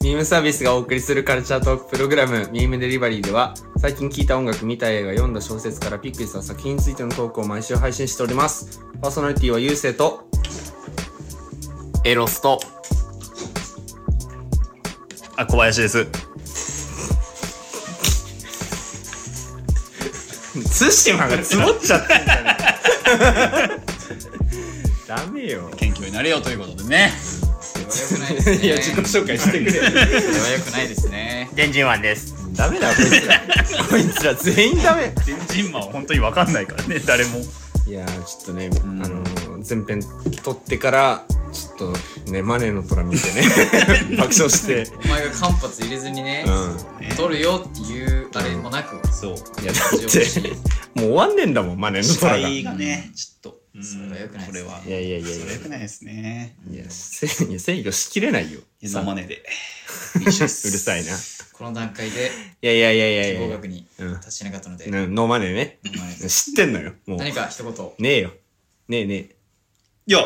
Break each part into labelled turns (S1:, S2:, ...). S1: ミームサービスがお送りするカルチャートークプログラム「ミームデリバリー」では最近聴いた音楽見た映画読んだ小説からピックリした作品についてのトークを毎週配信しておりますパーソナリティはゆうせいと
S2: エロスと
S3: あ、小林です。
S1: 対馬が積もっちゃってんじゃねえダメよ
S2: 謙虚になれよということでね。良くないですね。
S1: いや自己紹介してくれ
S2: 良くないですね。
S3: 全人マンです。
S1: ダメだ こいつらこいつら全員ダメ
S3: 全人マンは本当にわかんないからね、誰も。
S1: いやーちょっとね、あのー前編撮ってからちょっとねマネーの虎見て ね爆笑して
S4: お前が間髪入れずにね
S1: う、ん
S4: 取るよっていう誰もなく、
S3: そう。
S1: いやだってもう終わんねえんだもんマネーの
S2: 期
S1: 虎がい
S2: 待がね、ちょっと。
S4: それは良くない
S2: こ
S4: で
S2: れは。
S4: すね
S1: やいやいやい
S2: それ良くないですね。
S1: やいや制いや制御しきれないよ
S2: い
S1: さ
S2: や
S1: あ
S2: 飲ま
S1: う
S2: ねで。一緒で
S1: る
S2: す。
S1: さいない
S4: この段階で
S1: やいやいやいやいや
S4: 合格に
S1: うん
S4: 達しなかったので、
S1: うんノーマネーね
S4: お前です
S1: 知ってんのよもう
S4: 何
S1: ね
S4: か一言、
S1: えよねえね
S2: いや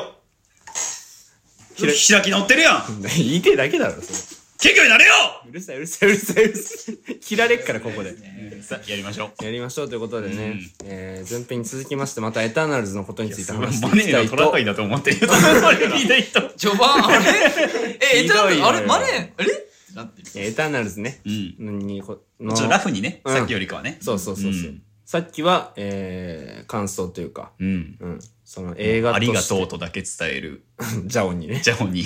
S2: 開き直ってるやん
S1: え言いてえだけだろそれ
S2: 謙虚になれよ
S1: うるさいうるさいうるさいうるさい切られっからここで
S3: さあ、やりましょう。
S1: やりましょうということでね、
S3: うん
S1: えー前編に続きましてまたエターナルズのことについて
S3: マネ
S1: 話していきた
S3: ー
S1: い
S3: のトラ
S1: と
S3: 会だと思ってる。それ聞いた人。
S4: 序盤、あれえ、
S1: ひ
S4: エ
S1: どい
S4: タ
S1: のよ
S4: ーナあれマネーあれってなってる。
S1: エターナルズね、
S2: うん。
S1: にこの
S2: ちょっとラフにね、
S1: うん
S2: さっきよりかはね。
S1: そうそうそうそう、
S3: うん
S1: さっきは、えー感想というか、
S3: うん。
S1: うん、その映画
S3: あ
S1: と
S3: りが
S1: して
S3: とうとだけ伝える。
S1: ジャオにね
S3: ジャオに。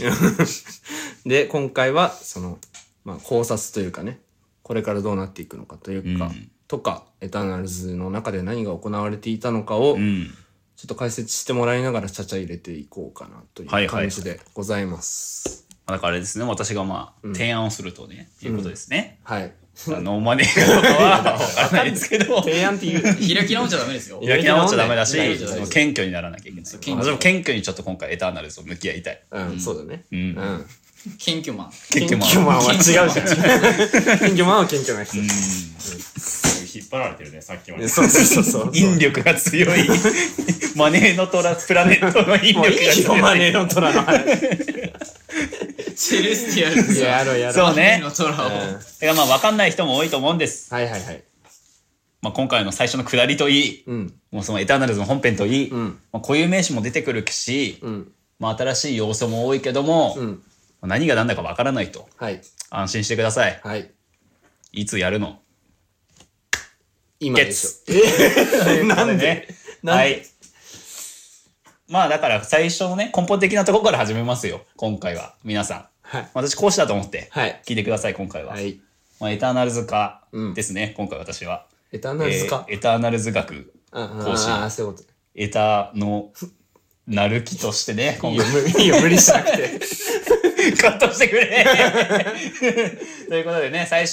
S1: で今回はその、まあ、考察というかねこれからどうなっていくのかというか、
S3: うん
S1: とかエターナルズの中で何が行われていたのかを、
S3: うん。
S1: ちょっと解説してもらいながらちゃちゃ入れていこうかなとい
S3: は
S1: う
S3: いは
S1: 感
S3: い
S1: じでございます。
S3: だからあれですね、私がまあ、提案をするとね、いうことですね。
S1: はい、
S3: まあノーマネーかどうかはわからないですけ ど。
S1: 提案って言う
S4: 開き直っちゃダメですよ。
S1: や
S3: 開き直っちゃダメだ
S4: いやい
S3: し、
S4: やいや
S3: その謙虚にならなきゃいけない。
S4: そう
S3: 私
S4: 謙
S3: も
S4: 虚
S3: 謙虚にちょっと今回エターナルズと向き合いたい。
S1: うん、そうだね。
S3: うん
S1: うん。
S4: 謙虚マン。
S3: 謙虚もあ
S1: 謙虚マン
S3: る
S1: は違うじゃん。 謙虚マンは謙虚な人。
S5: 引っ張られてるね、さっきまで。
S1: そうそう そうそう。
S3: 引力が強い マネーのトラプラネットの引
S1: もう
S3: 力
S1: い
S3: が
S1: いよ、マ
S3: 強い
S1: ネの虎の話。
S4: セレスティアルズ。
S1: やろうやろ
S3: そうね
S4: の空を。
S1: うん
S3: だからまあ分かんない人も多いと思うんです、
S1: はいはいはい。
S3: まあ、今回の最初の下りといい
S1: うん。
S3: もうそのエターナルズの本編といい、
S1: うん
S3: まあ、固有名詞も出てくるし、
S1: うん。
S3: まあ、新しい要素も多いけども、
S1: う
S3: ま
S1: ん。
S3: あ何が何だか分からないと
S1: はい。
S3: 安心してください
S1: はい。
S3: いつやるの
S1: 今でしょ。
S3: なんで、
S1: なんで
S3: はいまあだから最初のね根本的なところから始めますよ今回は皆さん
S1: はい。
S3: 私講師だと思って
S1: はい。
S3: 聞いてください今回は、
S1: はい。
S3: まあ、エターナルズ化
S1: うん
S3: ですね、今回私は
S1: エターナルズか
S3: えーエターナルズ学
S1: ああ
S3: 更新
S1: ああ、そういうこ
S3: エタのなるきとしてね
S1: と。いいよ
S3: 今回、
S1: 無いいよ無理しなくて。
S3: カットしてくれということでね最初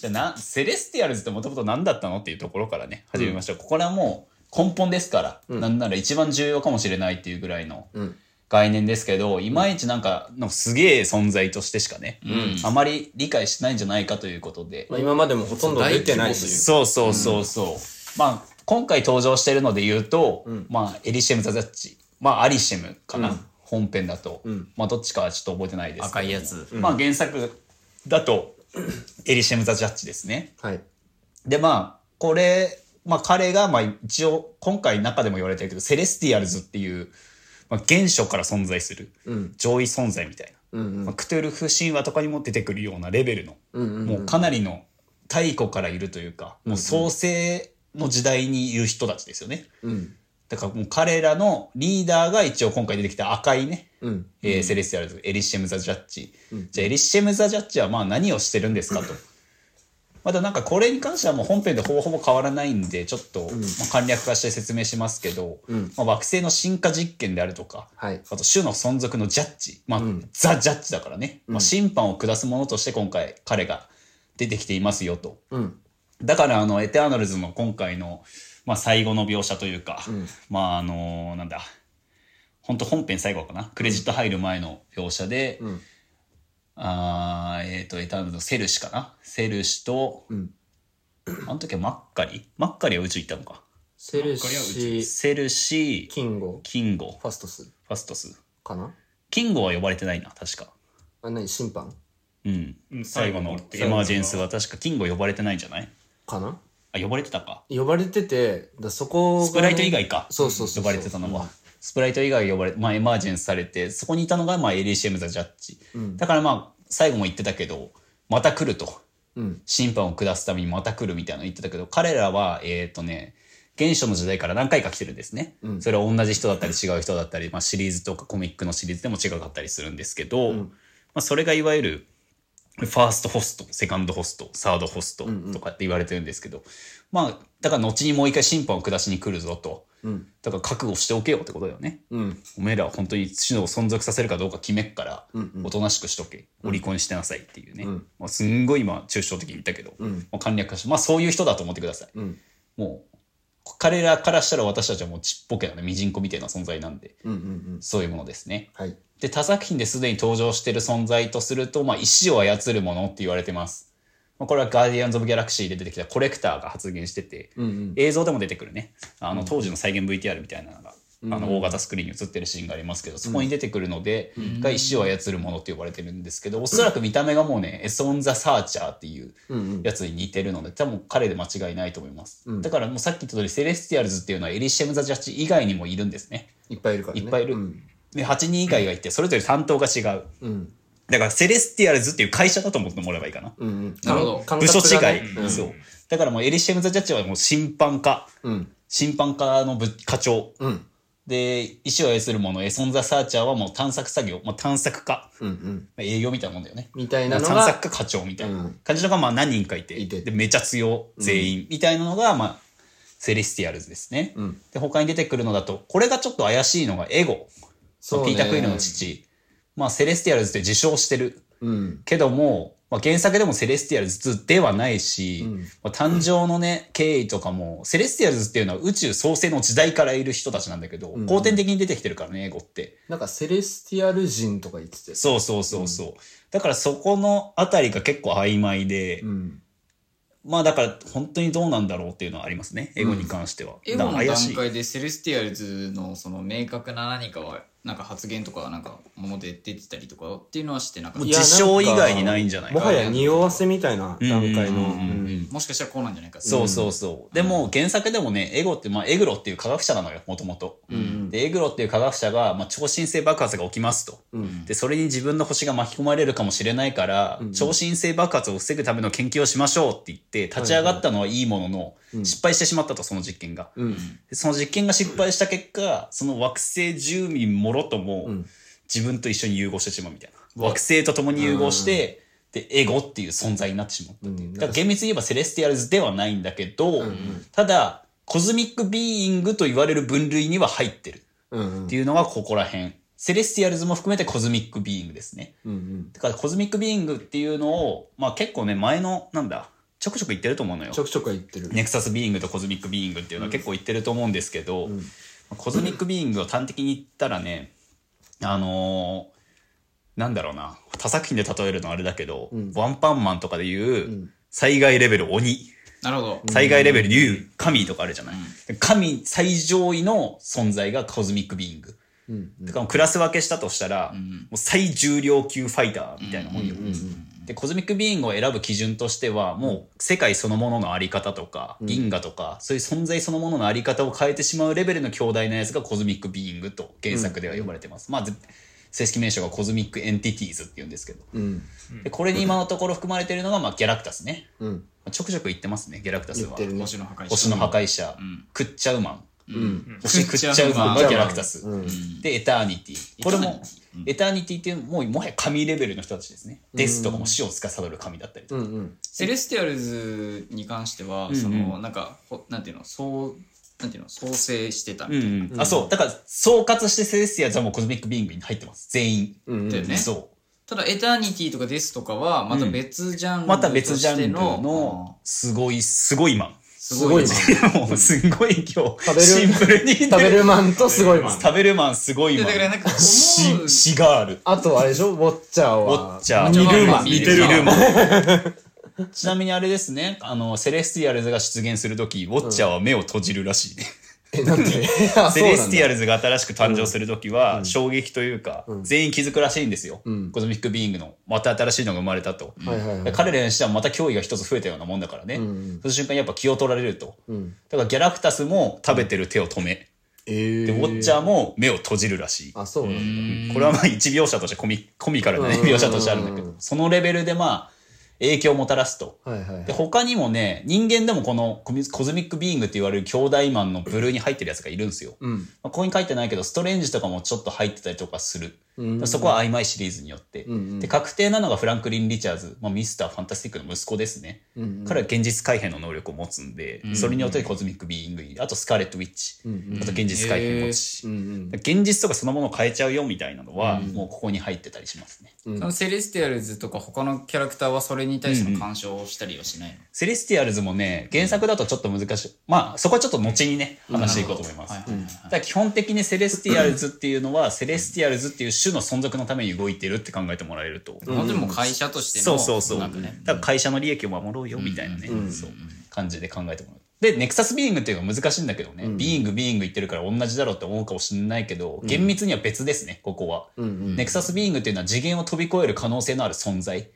S3: じゃあなセレスティアルズってもともと何だったのっていうところからね始めましょう、これはもう根本ですから、なんなら一番重要かもしれないっていうぐらいの
S1: うん。
S3: 概念ですけどいまいちなんかのすげえ存在としてしかね、あまり理解してないんじゃないかということで
S1: まあ今までもほとんど出てないし。
S3: そうそうそうそう。まあ今回登場してるので言うと、まあエリシェム・ザ・ザッチまあアリシェムかな、本編だと、まあどっちかはちょっと覚えてないですけど
S4: 赤いやつ
S3: まあ原作だとエリシェム・ザ・ザッチですね。
S1: はい。
S3: でまあこれ、まあ、彼がまあ一応今回中でも言われてるけどセレスティアルズっていう、まあ、原初から存在する
S1: ん
S3: 上位存在みたいな、
S1: うんうん
S3: まあ、クトゥルフ神話とかにも出てくるようなレベルの、
S1: んうんうん
S3: もうかなりの太古からいるというか、もう創世の時代にいる人たちですよね。
S1: うん。
S3: だからもう彼らのリーダーが一応今回出てきた赤いね、
S1: うん。
S3: えーセレスティアルズエリシェム・ザ・ジャッジ、じゃあエリシェム・ザ・ジャッジはまあ何をしてるんですかとまたなんかこれに関してはもう本編でほぼほぼ変わらないんでちょっと、まあ、簡略化して説明しますけど、まあ、惑星の進化実験であるとか、
S1: はい
S3: あと種の存続のジャッジ、まあザ・ジャッジだからね、まあ、審判を下すものとして今回彼が出てきていますよと。
S1: うん。
S3: だからあのエテアナルズの今回の、まあ、最後の描写というか、まああのなんだ本当本編最後かなクレジット入る前の描写で、
S1: ん
S3: あーえっ、とエテアナルズのセルシかなセルシと、
S1: ん
S3: あの時はマッカリマッカリは宇宙行ったのか
S1: セルシー、
S3: セルシー、
S1: キンゴ、
S3: キンゴ、
S1: ファストス
S3: ファストス。
S1: かな
S3: キンゴは呼ばれてないな、確か。
S1: あ、何審判
S3: うん。
S5: うん
S3: 最後のエマージェンスは確かキンゴ呼ばれてないんじゃない
S1: かな
S3: あ、呼ばれてたか。
S1: 呼ばれてて、だそこがね
S3: スプライト以外か。
S1: そうそうそう。
S3: 呼ばれてたのは。スプライト以外呼ばれて、まあエマージェンスされて、そこにいたのがまあエリシエム・ザ・ジャッジ。だからまあ、最後も言ってたけど、また来ると。
S1: うん。
S3: 審判を下すためにまた来るみたいなの言ってたけど彼らはえっ、とね原初の時代から何回か来てるんですね、
S1: うん
S3: それは同じ人だったり違う人だったり、まあ、シリーズとかコミックのシリーズでも違かったりするんですけど、
S1: ん
S3: まあ、それがいわゆるファーストホストセカンドホストサードホスト
S1: うんうん
S3: とかって言われてるんですけど、まあだから後にもう一回審判を下しに来るぞと
S1: うん。
S3: だから覚悟しておけよってことだよね
S1: うん。
S3: おめえらは本当に死のを存続させるかどうか決めっから、
S1: うんうん
S3: おとなしくしとけ、お利口してなさいっていうね、
S1: うん
S3: まあ、すんごい今抽象的に言ったけど、
S1: うん。
S3: もう簡略化して、まあそういう人だと思ってください。
S1: うん。
S3: もう、彼らからしたら私たちはもうちっぽけなね、ミジンコみたいな存在なんで、
S1: うん。うん。
S3: そういうものですね。
S1: はい。
S3: で、他作品ですでに登場している存在とすると、まあ石を操るものって言われてます。まあ、これはガーディアンズ・オブ・ギャラクシーで出てきたコレクターが発言してて、
S1: うん。うん。
S3: 映像でも出てくるねあの当時の再現 VTR みたいなのが、あの大型スクリーンに映ってるシーンがありますけどそこに出てくるので、が石を操るものって呼ばれてるんですけどおそらく見た目がもうねエソン・ザ・サーチャーっていうやつに似てるので多分彼で間違いないと思います、だからもうさっき言った通りセレスティアルズっていうのはエリシェム・ザ・ジャッジ以外にもいるんですね
S1: いっぱいいるからね。
S3: いっぱいいる、
S1: うん。
S3: で8人以外がいてそれぞれ担当が違う
S1: うん。
S3: だからセレスティアルズっていう会社だと思ってもらえばいいかな
S1: うんうん。
S4: なるほど
S1: 感
S3: 部署違
S1: 覚がね
S3: い、そうだからもうエリシェム・ザ・ジャッジはもう審判課
S1: うん。
S3: 審判課の部課長
S1: うん。
S3: で石を操る者エソン・ザ・サーチャーはもう探索作業、まあ、探索課
S1: うん。うん。
S3: 営業みたいなもんだよね
S1: みたいな
S3: 探
S1: のが、
S3: 索課課長みたいうなん感じのがまあ何人かいて
S1: いて
S3: でめちゃ強全員みたいなのがまあセレスティアルズですね、
S1: うん
S3: で他に出てくるのだとこれがちょっと怪しいのがエゴ、
S1: そう
S3: ピ
S1: ね
S3: ーター・クイールの父、まあ、セレスティアルズって自称してる
S1: うん。
S3: けども、まあ、原作でもセレスティアルズ2ではないし、
S1: うん
S3: まあ、誕生のね経緯とかもセレスティアルズっていうのは宇宙創生の時代からいる人たちなんだけど、
S1: ん
S3: 後天的に出てきてるからね英語って
S1: なんかセレスティアル人とか言ってて。
S3: そうそうそうそう、だからそこのあたりが結構曖昧で、
S1: うん。
S3: まあだから本当にどうなんだろうっていうのはありますね英語に関しては、
S4: エ
S3: だか
S4: ゴの
S3: ら怪し
S4: 段
S3: い
S4: 階でセレスティアルズのその明確な何かはなんか発言とかなんかもので出てたりとかっていうのはしてなかっ
S3: もう
S4: た
S1: いや
S3: 自称以外にないんじゃない
S1: も
S3: か
S1: はや匂わせみたいな段階の。
S3: うんうんうんうん
S1: うん
S4: もしかしたらこうなんじゃないか
S3: そうそうそう。でも原作でもね、エゴって、まあ、エグロっていう科学者なのよ、もともと。で、エグロっていう科学者が、まあ、超新星爆発が起きますと。
S1: うん
S3: で、それに自分の星が巻き込まれるかもしれないから、超新星爆発を防ぐための研究をしましょうって言って、立ち上がったのはいいものの、失敗してしまったと、その実験が。
S1: うん。
S3: でその実験が失敗した結果、その惑星住民もろとも、
S1: ん
S3: 自分と一緒に融合してしまうみたいな。惑星と共に融合して、で、エゴっていう存在になってしまった。
S1: うん
S3: だから厳密に言えばセレスティアルズではないんだけど、ただ、コズミックビーイングと言われる分類には入ってる
S1: うん
S3: っていうのがここら辺。セレスティアルズも含めてコズミックビーイングですね。
S1: うんうん。
S3: だからコズミックビーイングっていうのを、まあ結構ね、前の、なんだ、ちょくちょく言ってると思うのよ
S1: ち。ょくちょくは言ってる。
S3: ネクサスビーイングとコズミックビーイングっていうのは結構言ってると思うんですけど、
S1: ん
S3: コズミックビーイングを端的に言ったらね、あのーなんだろうな、他作品で例えるのはあれだけど、
S1: ん
S3: ワンパンマンとかで言う、
S1: ん
S3: 災害レベル鬼、
S4: なるほど
S3: 災害レベル竜、神とかあるじゃない。神最上位の存在がコズミックビーイング。
S1: うん
S3: だからクラス分けしたとしたら、もう最重量級ファイターみたいなもんよ。でコズミックビーイングを選ぶ基準としてはもう世界そのもののあり方とか、銀河とかそういう存在そのもののあり方を変えてしまうレベルの強大なやつがコズミックビーイングと原作では呼ばれてます。まあぜ正式名称がコズミックエンティティーズって言うんですけど、
S1: うん
S3: でこれに今のところ含まれているのが、まあ、ギャラクタスね、
S1: うん。
S3: まあちょくちょく言ってますねギャラクタス
S1: 言っ
S3: は
S1: てるね。
S4: 星の破壊者
S3: 星の破壊者、
S4: ん
S3: クッチャウマン
S1: うん。
S3: 星食っちゃうマンがギャラクタス、
S1: うん
S3: でエターニティこれも
S4: うん
S3: エターニティっていうもうもはや神レベルの人たちですね、デスとかも死を司る神だったりと
S1: う
S3: か、
S1: んうん。
S4: セレスティアルズに関しては、
S3: んうん
S4: そのなんかほなんていうのそうなんていうの創生してたみたいな、
S3: あそうだから総括してセレスティアルズはもうコズミックビーイングに入ってます全員、
S1: うんうん
S4: だよね
S3: そ
S4: ただエターニティとかデスとかはまた別ジャン
S3: う
S4: ル
S3: また
S4: と
S3: 別ジャ
S4: し
S3: ン
S4: て
S3: ル
S4: の,あー、
S3: のすごいすごいマン
S4: す
S1: すごいマン
S3: もうすごい今
S1: 食べ
S3: 日
S1: る
S3: シンプルに
S1: 食べるマンとすごいマン。
S3: 食べるマンすごい
S4: いや
S3: マ
S4: だからなん
S3: ン
S4: か思
S3: シ
S4: う
S3: シガール
S1: あとあれでしょウォッチャー
S3: ウォ
S1: は。
S3: ッチャー
S1: ニルー
S4: ま
S1: マ
S4: あ
S1: ン。
S4: 見
S3: ニ
S4: てる
S3: ルーマン ちなみにあれですね、あの、セレスティアルズが出現するとき、ウォッチャーは目を閉じるらしいね。
S1: え、なんで あ
S3: セレスティア
S1: ル。
S3: ルズが新しく誕生するときは、衝撃というか、全員気づくらしいんですよ。
S1: ん
S3: コズミックビーイングの、また新しいのが生まれたと。
S1: はいはいはい
S3: 彼らにしてはまた脅威が一つ増えたようなもんだからね。
S1: ん
S3: その瞬間やっぱ気を取られると。
S1: ん
S3: だからギャラクタスも食べてる手を止め、
S1: えー、
S3: でウォッチャーも目を閉じるらしい。
S1: あ、そうなんだ。
S3: これはまあ一描写としてコミコミカルな、ね、
S1: うん
S3: 描写としてあるんだけど、そのレベルでまあ影響をもたらすと。
S1: はいはい
S3: で。他にもね人間でもこのコミコズミックビーイングって言われる兄弟マンの部類に入ってるやつがいるんですよ。
S1: うん。
S3: まあ、ここに書いてないけどストレンジとかもちょっと入ってたりとかする、
S1: うん
S3: そこは曖昧シリーズによって、
S1: んうん
S3: で確定なのがフランクリン・リチャーズ、まあ、ミスター・ファンタスティックの息子ですね、
S1: うんうん
S3: 彼は現実改変の能力を持つんで、それによってコズミック・ビーイングにあとスカーレット・ウィッチ、あと現実改変を持つし、
S1: うんうん。
S3: 現実とかそのものを変えちゃうよみたいなのは、もうここに入ってたりしますね。
S4: そのセレスティアルズとか他のキャラクターはそれに対しての干渉をしたりはしないの、
S3: セレスティアルズもね、原作だとちょっと難しい。まあ、そこはちょっと後にね、話していこうと思います。
S4: はいはいはいはい
S3: だから基本的にセレスティアルズっていうのは、セレスティアルズっていう種の存続のために動いてるって考えてもらえると。
S4: 本当にもう会社として
S3: そ
S4: の
S3: うそうそう。だ
S4: なんか
S3: か
S4: ね
S3: ら会社の利益を守ろうよみたいなね、そう、感じで考えてもらう。で、ネクサスビーイングっていうのは難しいんだけどね、ビーイングビーイング言ってるから同じだろうって思うかもしれないけど、厳密には別ですね、ここは。ネクサスビーイングっていうのは次元を飛び越える可能性のある存在。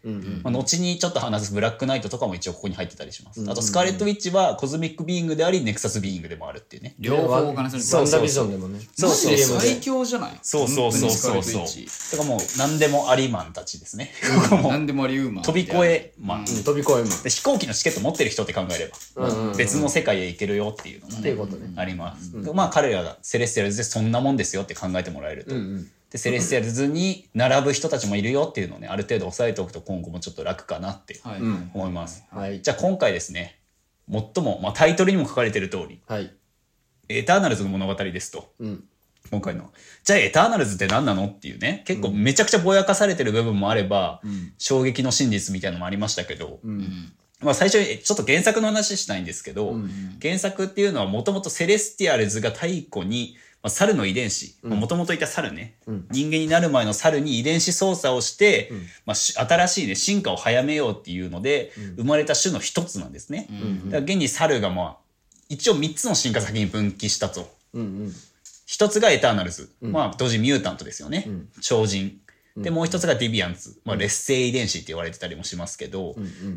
S3: まあ、後にちょっと話すブラックナイトとかも一応ここに入ってたりします。あと、スカーレット・ウィッチはコズミックビーイングであり、ネクサスビーイングでもあるっていうね。
S4: 両方がねそれ
S1: ワンダービジョンでもね。
S3: そう
S4: マ
S3: そ
S4: ジ
S3: う
S4: で
S3: そう。
S4: 最強じゃない
S3: そうそうそうそう
S4: 本当
S3: そう
S4: にスカーレットウィッチ。
S3: だからもう何でもありマンたちですね。ここ も
S4: 何でもありウーマン
S3: 飛び越えマン。
S1: うん飛び越えも。
S3: で飛行機のチケット持ってる人って考えれば、
S1: うんうんうん
S3: 別の世界へ行けるよっていうの
S1: っ
S3: が、
S1: て
S3: ね
S1: いうことね
S3: あります、でまあ彼らがセレスティアルズでそんなもんですよって考えてもらえると、でセレスティアルズに並ぶ人たちもいるよっていうのをねある程度押さえておくと今後もちょっと楽かなって
S4: はい、
S3: 思います、
S1: はい。
S3: じゃあ今回ですね最も、まあ、タイトルにも書かれてる通り
S1: はい。
S3: エターナルズの物語ですと
S1: うん。
S3: 今回の。じゃあエターナルズって何なのっていうね結構めちゃくちゃぼやかされてる部分もあれば、衝撃の真実みたいなのもありましたけど、まあ、最初にちょっと原作の話したいんですけど、原作っていうのはもともとセレスティアルズが太古に、まあ、猿の遺伝子もともといた猿ね、人間になる前の猿に遺伝子操作をして、まあ、し新しい、ね、進化を早めようっていうので、生まれた種の一つなんですね。だから現に猿が、まあ、一応3つの進化先に分岐したと。
S1: うん
S3: 一つがエターナルズ、まあ同時ミュータントですよね、超人でもう一つがディビアンツ、まあ、劣勢遺伝子って言われてたりもしますけど、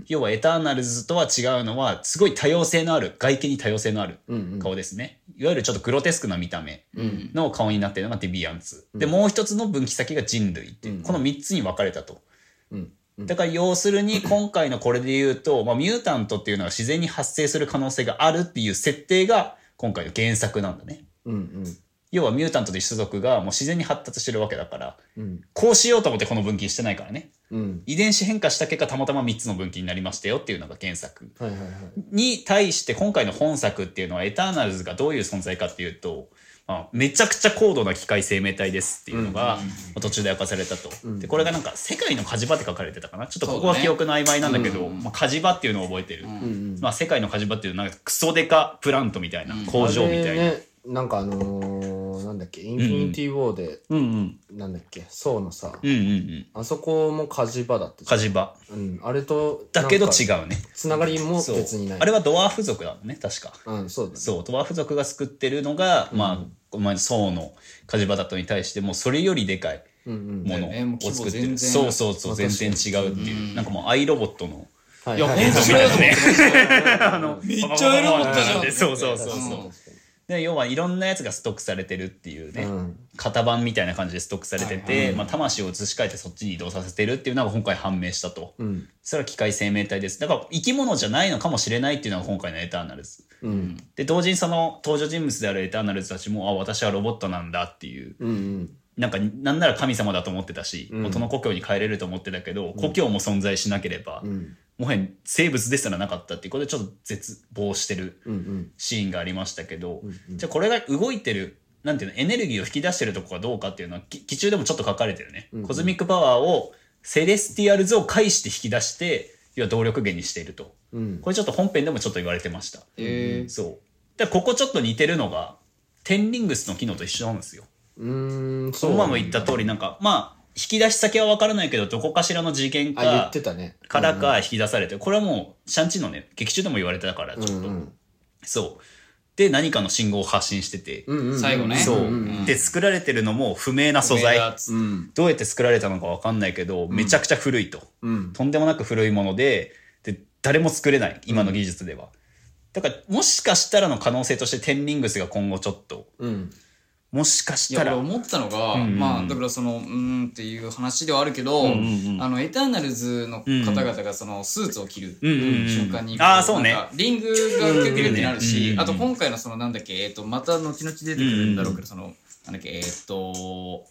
S3: 要はエターナルズとは違うのはすごい多様性のある外見に多様性のある顔ですね、いわゆるちょっとグロテスクな見た目の顔になってるのがディビアンツ、でもう一つの分岐先が人類っていう、この3つに分かれたと。だから要するに今回のこれで言うと、まあ、ミュータントっていうのは自然に発生する可能性があるっていう設定が今回の原作なんだね。
S1: うん。うん
S3: 要はミュータントで種族がもう自然に発達してるわけだから、
S1: ん
S3: こうしようと思ってこの分岐してないからね
S1: うん。うん。
S3: 遺伝子変化した結果たまたま3つの分岐になりましたよっていうのが原作
S1: はいはいはい。
S3: に対して今回の本作っていうのはエターナルズがどういう存在かっていうと、まあ、めちゃくちゃ高度な機械生命体ですっていうのがまあ途中で明かされたと、でこれがなんか「世界の火事場」って書かれてたかなちょっとここは
S4: そうだね
S3: 記憶の曖昧なんだけど、まあ、火事場っていうのを覚えてる、まあ、世界の火事場っていうのはなんかクソデカプラントみたいな工場みたいな、
S1: あれね、なんかあのー、なんだっけ、インフィニティウォーで、
S3: うんうん
S1: なんだっけ、そうのさ、
S3: うんうんうん
S1: あそこも火事場だったじ
S3: 火事場
S1: ゃん。うん。あれと、
S3: だけど違
S1: う。
S3: うね。
S1: つながりも
S3: そう
S1: 別にない。
S3: あれはドワーフ族だもんね、確か。
S1: うん、そうだね。
S3: そう、ドワーフ族が救ってるのが、まあ、まあ、宋のカジバタトに対して、もうそれよりでかいもの
S4: だよねもう
S3: を
S4: 規模
S3: 作って
S4: 全
S3: る。
S4: 然
S3: そうそうそう、全然違うっていう。なんかもうアイロボットの。
S1: はい
S4: いや
S1: はい
S4: 本当それだと 思って
S3: めっ
S4: ちゃアイロボットじゃん
S3: そうそうそう
S4: うん
S3: そう。で要はいろんなやつがストックされてるっていうね、
S1: うん
S3: 型番みたいな感じでストックされてて、まあ、魂を移し替えてそっちに移動させてるっていうのが今回判明したと、
S1: ん
S3: それは機械生命体ですだから生き物じゃないのかもしれないっていうのが今回のエターナルズ、
S1: うん。
S3: で同時にその登場人物であるエターナルズたちもあ私はロボットなんだっていう
S1: うんうん。
S3: なんかなんなら神様だと思ってたし、元の故郷に帰れると思ってたけど、故郷も存在しなければ、
S1: ん
S3: もはや生物ですらなかったっていうことでちょっと絶望してる
S1: ん
S3: シーンがありましたけど、じゃあこれが動いてるなんていうのエネルギーを引き出してるとこがどうかっていうのはき基中でもちょっと書かれてるね、コズミックパワーをセレスティアルズを介して引き出して要は動力源にしていると、
S1: うん
S3: これちょっと本編でもちょっと言われてました。
S4: えー
S3: そう。で、ここちょっと似てるのが、テンリングスの機能と一緒なんですよ。
S1: うーん、
S3: そ
S1: そ
S3: の
S1: う
S3: まま言った通り、なんか、まあ、引き出し先は分からないけど、どこかしらの事件
S1: あ、言っ
S3: か
S1: て、たね。
S3: からか引き出されて、これはもう、シャンチーのね、劇中でも言われてたから、ちょっと。
S1: うんうん
S3: そう。で、何かの信号を発信してて、
S1: うんうんうん
S4: 最後ね
S3: そう、
S1: んん
S3: で、作られてるのも不明な素材。
S1: うん。
S3: どうやって作られたのか分かんないけど、めちゃくちゃ古いと。
S1: うん。
S3: とんでもなく古いもので、で、誰も作れない、今の技術では。だから、もしかしたらの可能性として、テンリングスが今後ちょっと、
S1: うん。
S3: もしかし
S4: いや
S3: た
S4: 俺
S3: ら、
S4: 思ったのが、
S3: うんうん
S4: まあだからそのうーんっていう話ではあるけど、
S3: んうん
S4: あのエターナルズの方々がそのスーツを着る
S3: うんうんうん
S4: 瞬間に、
S3: あーそうね
S4: なんかリングが受けてるってなる
S3: うんうん
S4: し、
S3: うん
S4: あと今回のそのなんだっけえっ、とまた後々出てくるんだろうけど、そのなんだっけえっ、と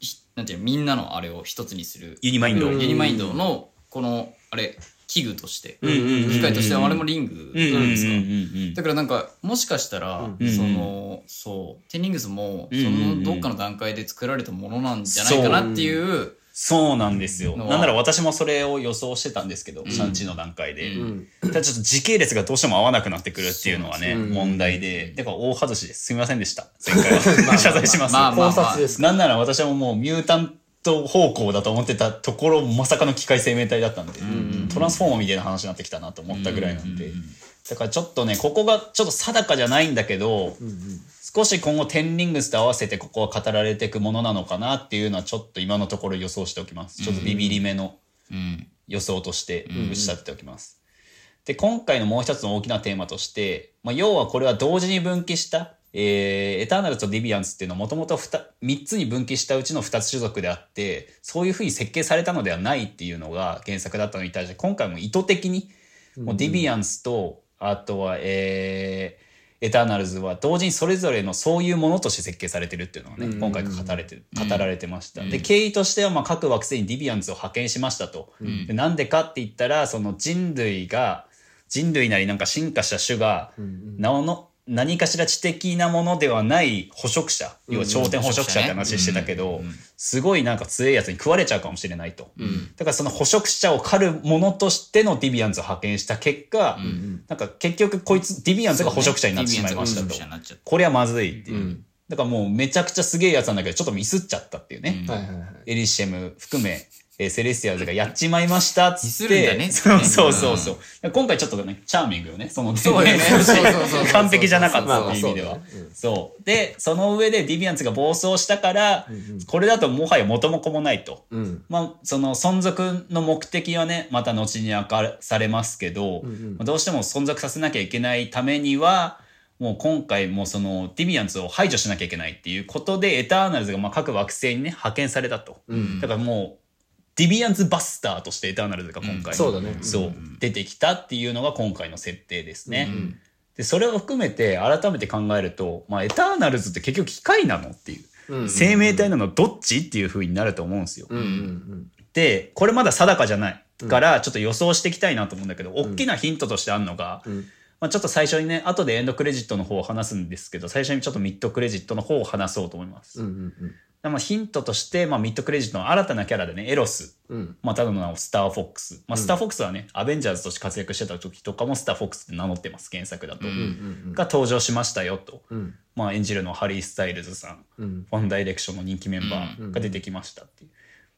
S4: ひなんていうのみんなのあれを一つにする
S3: ユニマインド。
S1: うん
S4: ユニマインドのこのあれ器具として、
S3: んうんうんうん
S4: 機械としてはあれもリング
S3: うんうん
S4: なんですか、
S3: うん
S4: だからなんかもしかしたら、
S1: うん
S4: そのそうテンリングスも
S3: うんうんう
S4: そ
S3: ん
S4: のどっかの段階で作られたものなんじゃないかなっていう
S3: そうなんですよ。
S4: のは
S3: なんなら私もそれを予想してたんですけど、シャンチーの段階で。
S1: うん。
S3: ただちょっと時系列がどうしても合わなくなってくるっていうのはね、
S1: そうなんですよ
S3: 問題で。だから大外しです。すみませんでした。前回は。謝罪します。
S4: まあまあ
S1: 考察ですか。
S3: なんなら私はもうミュータント方向だと思ってたところ、まさかの機械生命体だったんで、トランスフォーマーみたいな話になってきたなと思ったぐらいなんで。だからちょっとね、ここがちょっと定かじゃないんだけど、少し今後テンリングスと合わせてここは語られていくものなのかなっていうのはちょっと今のところ予想しておきます。ちょっとビビり目の予想として打ち立てておきます。で、今回のもう一つの大きなテーマとして、まあ、要はこれは同時に分岐した、えーエターナルとディビアンスっていうのはもともと3つに分岐したうちの2つ種族であって、そういうふうに設計されたのではないっていうのが原作だったのに対して、今回も意図的に、もうディビアンスと、あとは、えーエターナルズは同時にそれぞれのそういうものとして設計されてるっていうのがね、
S1: うん
S3: 今回語られて、語られてました。で、経緯としては、まあ、各惑星にディビアンズを派遣しましたと。でなんでかって言ったら、その人類が、人類なりなんか進化した種が、なおの、何かしら知的なものではない捕食者、要は頂点捕食者って話してたけど、すごいなんか強いやつに食われちゃうかもしれないと。だからその捕食者を狩るものとしてのディビアンズを派遣した結果、なんか結局こいつ、ディビアンズが捕食者になってしまいましたと。これはまずいっていう。
S1: うん
S3: だからもうめちゃくちゃすげえやつなんだけど、ちょっとミスっちゃったっていうね。
S1: はいはいはい。
S3: エリシェム含め、えーセレスティアルズがやっちまいましたっつって。
S4: するんだね
S3: そうそうそうそう。今回ちょっとね、チャーミングよね。その
S4: そうよねそうそうそうそう
S3: 完璧じゃなかったっていう意味で
S1: まあ
S3: は
S1: まあそうだね。
S3: そう。で、その上でディビアンツが暴走したから、これだともはや元も子もないと。
S1: うん。
S3: まあ、その存続の目的はね、また後に明かされますけど、まあどうしても存続させなきゃいけないためには、もう今回もうそのディビアンツを排除しなきゃいけないっていうことで、エターナルズがまあ各惑星にね、派遣されたと。だからもう、ディビアンツバスターとしてエターナルズが今回、
S1: そうだね
S3: そう出てきたっていうのが今回の設定ですね。で、それを含めて改めて考えると、まあ、エターナルズって結局機械なのっていう。
S1: うん
S3: 生命体なのどっちっていう風になると思うんですよ。
S1: うんうん
S3: でこれまだ定かじゃないからちょっと予想していきたいなと思うんだけど、大きなヒントとしてあるのが、
S1: ん
S3: まあ、ちょっと最初にね後でエンドクレジットの方を話すんですけど最初にちょっとミッドクレジットの方を話そうと思います、
S1: うん。うん
S3: まあ、ヒントとして、まあ、ミッドクレジットの新たなキャラでねエロス、
S1: うんうん。
S3: まあ、ただの名をスター・フォックス、まあ、スター・フォックスはね、アベンジャーズとして活躍してた時とかもスター・フォックスって名乗ってます原作だと、が登場しましたよと、
S1: ん
S3: まあ、演じるのはハリー・スタイルズさん、
S1: ん
S3: ワンダイレクションの人気メンバーが出てきましたっていう、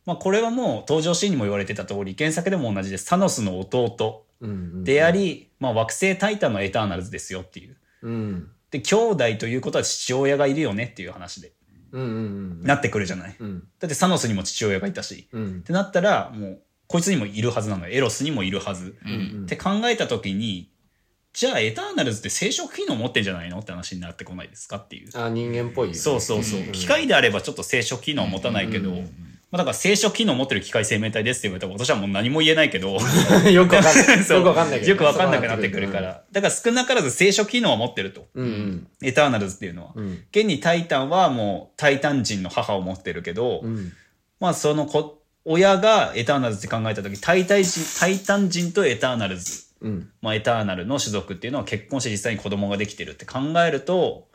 S3: まあ、これはもう登場シーンにも言われてた通り原作でも同じですサノスの弟
S1: うんうん。
S3: であり、まあ、惑星タイタンのエターナルズですよっていう
S1: うん
S3: で兄弟ということは父親がいるよねっていう話で
S1: うんうん
S3: なってくるじゃない、
S1: ん
S3: だってサノスにも父親がいたし、
S1: うん
S3: ってなったらもうこいつにもいるはずなのよエロスにもいるはず、って考えた時にじゃあエターナルズって生殖機能持ってんじゃないのって話になってこないですかっていう
S1: あ、人間っぽいよね。
S3: そうそうそう、機械であればちょっと聖書機能持たないけど、まあ、だから聖書機能持ってる機械生命体ですって言われたら私はもう何も言えないけど
S1: よくわかんない。
S3: そう
S1: よくわかんないけど。
S3: よくわかんなくなってくるから、。だから少なからず聖書機能は持ってると、
S1: うんうん。
S3: エターナルズっていうのは、
S1: ん
S3: 現にタイタンはもうタイタン人の母を持ってるけど、
S1: ん
S3: まあその子親がエターナルズって考えた時タイタイ人タイタン人とエターナルズ、
S1: うん
S3: まあ、エターナルの種族っていうのは結婚して実際に子供ができてるって考えると、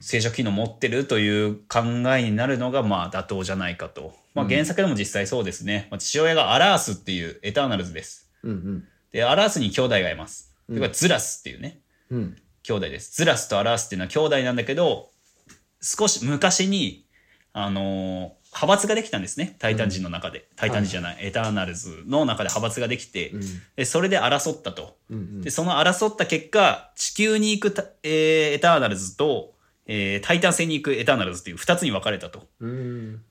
S3: 生殖機能持ってるという考えになるのがまあ妥当じゃないかと、まあ、原作でも実際そうですね、まあ、父親がアラースっていうエターナルズです
S1: うん
S3: でアラースに兄弟がいますそれからズラスっていうね、
S1: うん。うん
S3: 兄弟です。ズラスとアラースっていうのは兄弟なんだけど、少し昔に、あのー派閥ができたんですね。タイタン人の中で。タイタン人じゃない、エターナルズの中で派閥ができて、
S1: うん
S3: でそれで争ったと。
S1: うんうん
S3: で、その争った結果、地球に行くた、えーエターナルズと、えータイタン星に行くエターナルズっていう二つに分かれたと。
S1: うん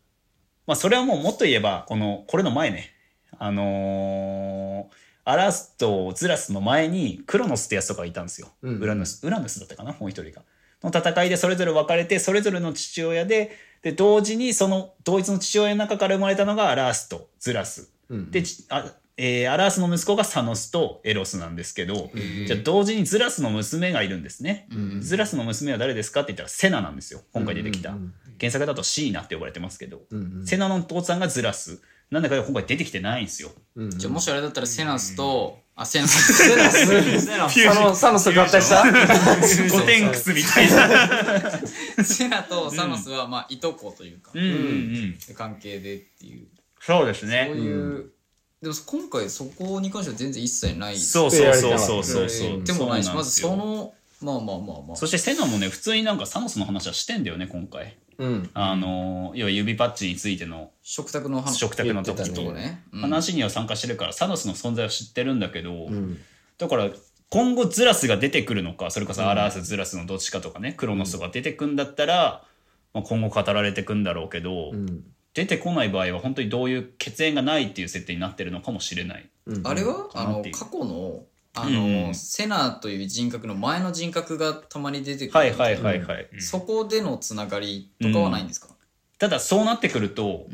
S3: まあ、それはもうもっと言えば、この、これの前ね。あのーアラスとズラスの前にクロノスってやつとかがいたんですよ。
S1: うん
S3: ウラヌス。ウラヌスだったかなもう一人が。の戦いでそれぞれ分かれて、それぞれの父親で、で、同時にその同一の父親の中から生まれたのがアラスとズラス。
S1: うん
S3: で、ちあえーアラースの息子がサノスとエロスなんですけど、じゃあ同時にズラスの娘がいるんですね、
S4: うん
S3: ズラスの娘は誰ですかって言ったらセナなんですよ今回出てきた、
S1: うんうん
S3: 原作だとシーナって呼ばれてますけど、
S1: うんうん
S3: セナの父さんがズラスなんだか今回出てきてないんですよ
S1: うん
S4: じゃあもしあれだったらセナスと、あ、セナス。セナスセナ
S1: サノサノスと合体した
S3: ゴテンクスみたいな
S4: とサノスは、まあ、いとこというか
S3: う、んうんうん
S4: 関係でっていう。
S3: そうです
S4: そう
S3: ね
S4: いう、でも今回そこに関しては全然一切ない。
S3: そうそうそうそ
S1: そ
S3: うそううそううん
S4: でもないし、
S3: う
S4: ま
S3: んで
S4: ず
S3: すよ
S4: その、まあまあまあまあ。
S3: そしてセナもね普通になんかサノスの話はしてんだよね今回
S1: うん
S3: あの要は指パッチについての
S4: 食卓の話。
S3: 食卓の時
S4: 言ってた
S3: と
S4: のねうん
S3: 話には参加してるからサノスの存在は知ってるんだけど、
S1: うん
S3: だから今後ズラスが出てくるのかそれこそアラースズラスのどっちかとかねクロノスとか出てくんだったら、まあ、今後語られてくんだろうけど、
S1: うん
S3: 出てこない場合は本当にどういう血縁がないっていう設定になってるのかもしれない。
S1: うん
S4: あれは
S3: か
S4: あ
S3: な
S4: の
S3: っていう
S4: 過去のあ
S3: うんう
S4: の
S3: ん
S4: セナという人格の前の人格がたまに出てくる
S3: はいはいはいはい。
S4: そこでのつながりとかはないんですか、
S3: ただそうなってくると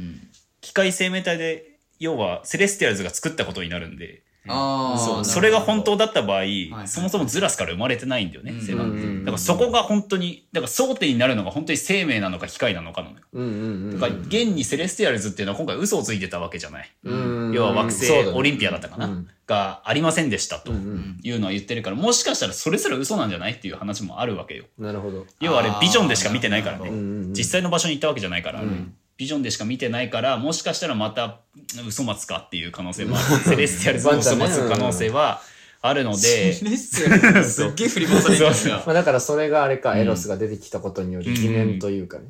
S3: 機械生命体で要はセレスティアルズが作ったことになるんで
S4: ああ
S3: そうそれが本当だった場合、
S4: はい
S3: そもそもズラスから生まれてないんだよね、
S4: うん
S3: セナって
S1: うんうんうん
S3: だからそこが本当にだから争点になるのが本当に生命なのか機械なのかなのよ。
S1: うんうんうん
S3: だから現にセレスティアルズっていうのは今回嘘をついてたわけじゃない。
S1: うん
S3: 要は惑星、
S1: そうだね
S3: オリンピアだったかな、
S1: うん
S3: がありませんでしたと
S1: うんうん
S3: いうのは言ってるからもしかしたらそれすら嘘なんじゃないっていう話もあるわけよ
S1: なるほど
S3: 要はあれ
S4: あー
S3: ビジョンでしか見てないからね、
S1: うんうんうん
S3: 実際の場所に行ったわけじゃないから、
S1: ん
S3: ビジョンでしか見てないからもしかしたらまたうん嘘松かっていう可能性もあるセレスティアルズの嘘松の可能性はあるので、
S4: レッスンすっげえ振り回されてるんだ
S1: まあだからそれがあれかエロスが出てきたことによる疑念というかね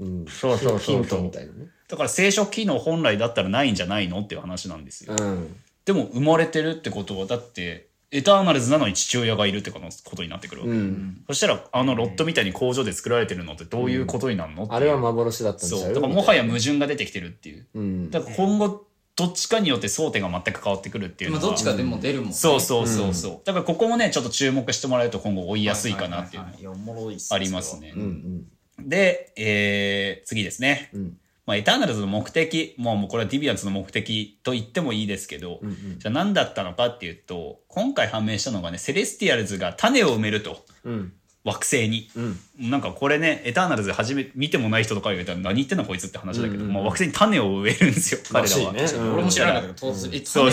S1: うん
S3: そうそうそうそ
S1: ヒ
S3: う
S1: ントみたいなね
S3: だから生殖機能本来だったらないんじゃないのっていう話なんですよ、
S1: うん
S3: でも生まれてるってことはだってエターナルズなのに父親がいるってことになってくるわけ、
S1: うん
S3: そしたらあのロットみたいに工場で作られてるのってどういうことになるの、っていう
S1: あれは幻だったんち
S3: そう
S1: ゃ
S3: だからもはや矛盾が出てきてるっていう
S1: うん
S3: だから今後どっちかによって争点が全く変わってくるっていう
S4: で
S3: の
S4: も
S3: は
S4: どっちかでも出るもん、
S3: そうそうそうそう、だからここもねちょっと注目してもらえると今後追いやすいかなっていうの
S4: は
S3: は
S4: はいはいいやおもろいっす
S3: ありますね、
S1: うんうん
S3: で、えー次ですね、
S1: うん
S3: まあ、エターナルズの目的もうもうこれはディビアンツの目的と言ってもいいですけど、
S1: うんうん
S3: じゃあ何だったのかっていうと今回判明したのがねセレスティアルズが種を埋めると
S1: うん
S3: 惑星に、
S1: うん
S3: なんかこれねエターナルズ初め見てもない人とか言うたら何言ってんのこいつって話だけど、
S1: うんうん
S3: まあ、惑星に種を植えるんですよ彼らは。
S1: らしいねうん
S4: 俺も知らなかったけど唐突にえ
S3: そう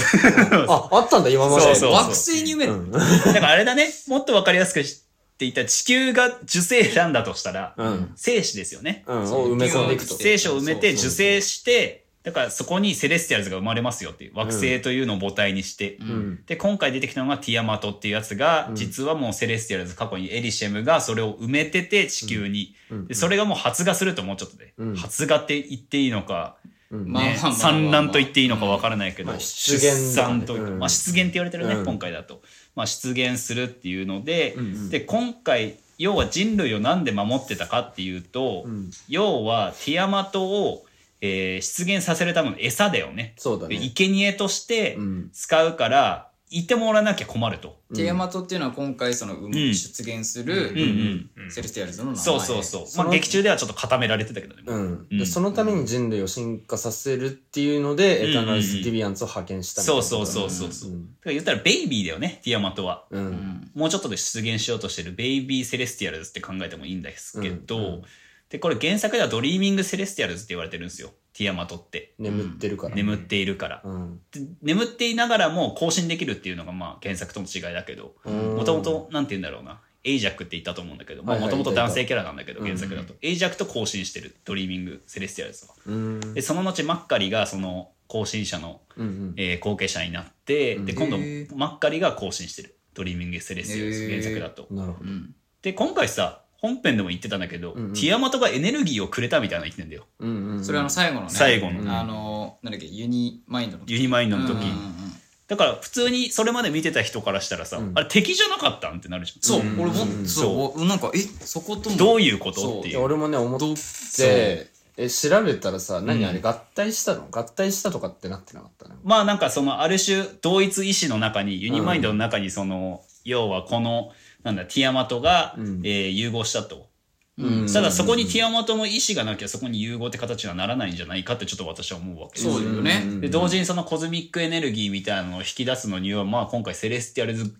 S1: ああったんだ今まで
S3: そうそう
S4: 惑星に埋める、
S1: うん
S3: だからあれだねもっと分かりやすくしていた地球が受精卵だとしたら、
S1: うん
S3: 精子ですよね。
S1: うんを埋め込んでいくと
S4: そう
S3: 精子を埋めて
S4: そうそうそう
S3: 受精してだからそこにセレスティアルズが生まれますよっていう惑星というのを母体にして、
S1: うん
S3: で今回出てきたのがティアマトっていうやつが、
S1: うん
S3: 実はもうセレスティアルズ過去にエリシェムがそれを埋めてて地球に、
S1: うん
S3: でそれがもう発芽するともうちょっとで、
S1: うん
S3: 発芽って言っていいのか、
S1: うん
S4: まあ
S3: ね
S4: まあまあまあ
S3: 産卵と言っていいのかわからないけど、
S1: まあ出
S3: 出
S1: 現だね
S3: 産と、
S1: うん
S3: まあ、出現って言われてるね、
S1: うん
S3: 今回だと、まあ、出現するっていうので、
S1: うんうん
S3: で今回要は人類をなんで守ってたかっていうと、
S1: うん
S3: 要はティアマトを、えー出現させるための餌だよね。
S1: そうだね
S3: 生贄として、
S1: うん
S3: 使うからいてもらわなきゃ困ると。
S4: ティアマトっていうのは今回その、うん、出現する、
S3: ん
S4: セレスティアルズの名前
S3: そうそうそう。
S1: そ
S3: ま
S1: の
S3: あ劇中ではちょっと固められてたけどね。もう
S1: うん
S3: う
S1: で
S3: ん
S1: そのために人類を進化させるっていうのでエターナルズ・ディビアンツを派遣したみたい
S3: そ
S1: な
S3: うそうそうそうそう。
S1: うん
S3: だから言ったらベイビーだよね、ティアマトは。
S1: う
S4: うんん
S3: もうちょっとで出現しようとしてるベイビーセレスティアルズって考えてもいいんですけど、
S1: うんうん
S3: でこれ原作ではドリーミングセレスティアルズって言われてるんですよ。ティアマトって。
S1: 眠ってるから
S3: 眠っているから、
S1: うん
S3: で眠っていながらも更新できるっていうのがまあ原作との違いだけど、もともと、なんて言うんだろうな、エイジャックって言ったと思うんだけど、
S1: はいはい
S3: もともと
S1: いたいた
S3: 男性キャラなんだけど、原作だと。エイジャックと更新してる、ドリーミング・セレスティアルズは。
S1: うん
S3: で、その後、マッカリがその更新者の、
S1: うんうん
S3: えー後継者になって、で、今度
S4: へー、
S3: マッカリが更新してる、ドリーミング・セレスティアルズ、
S4: へー
S3: 原作だと。
S1: なるほど
S4: うん
S3: で、今回さ、本編でも言ってたんだけど、
S1: うんうん
S3: ティアマトがエネルギーをくれたみたいなの言ってんだよ。
S1: うんうんうん
S4: それはあの最後のね
S3: 最後の
S1: ね
S4: あのなんだっけユニマインドの
S3: ユニマインドの時。
S4: うんうんうん
S3: だから普通にそれまで見てた人からしたらさ、
S1: うん
S3: あれ敵じゃなかったんってなるじゃん。
S4: そう
S1: うん
S4: 俺
S1: う
S4: も
S1: ん
S4: そうおなんかえそことも
S3: どういうこと
S4: そう
S3: って
S1: い
S3: い
S1: や
S3: う。
S1: 俺もね思っ
S4: どう
S1: てえ調べたらさ何
S3: うん
S1: あれ合体したの合体したとかってなってなかったね
S3: まあなんかそのある種同一意志の中にユニマインドの中にその、要はこのなんだティアマトが、
S1: うん
S3: えー融合したと。
S1: うん
S3: ただそこにティアマトの意志がなきゃそこに融合って形にはならないんじゃないかってちょっと私は思うわけです
S4: そうだよね
S1: うんうん
S3: で同時にそのコズミックエネルギーみたいなのを引き出すのには、まあ、今回セレスティアルズ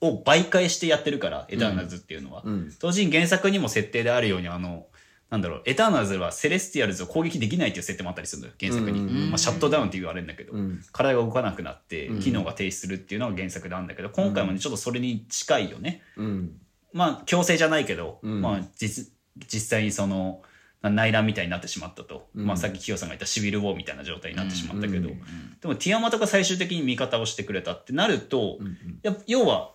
S3: を媒介してやってるからエターナルズっていうのは、
S1: うん
S3: 同時に原作にも設定であるようにあのなんだろうエターナルズはセレスティアルズを攻撃できないっていう設定もあったりするのよ原作に、
S1: うんうん
S4: うん
S3: まあ、シャットダウンって言われるんだけど、
S1: うん
S3: 体が動かなくなって
S1: うん
S3: 機能が停止するっていうのが原作なんだけど今回もねちょっとそれに近いよね、
S1: うん
S3: まあ強制じゃないけど、
S1: うん
S3: まあ実実際にそのまあ内乱みたいになってしまったと、
S1: うん
S3: まあさっきキヨさんが言ったシビルウォーみたいな状態になってしまったけど、
S1: うん
S3: でもティアマトが最終的に味方をしてくれたってなると、
S1: うん
S3: やっぱ要は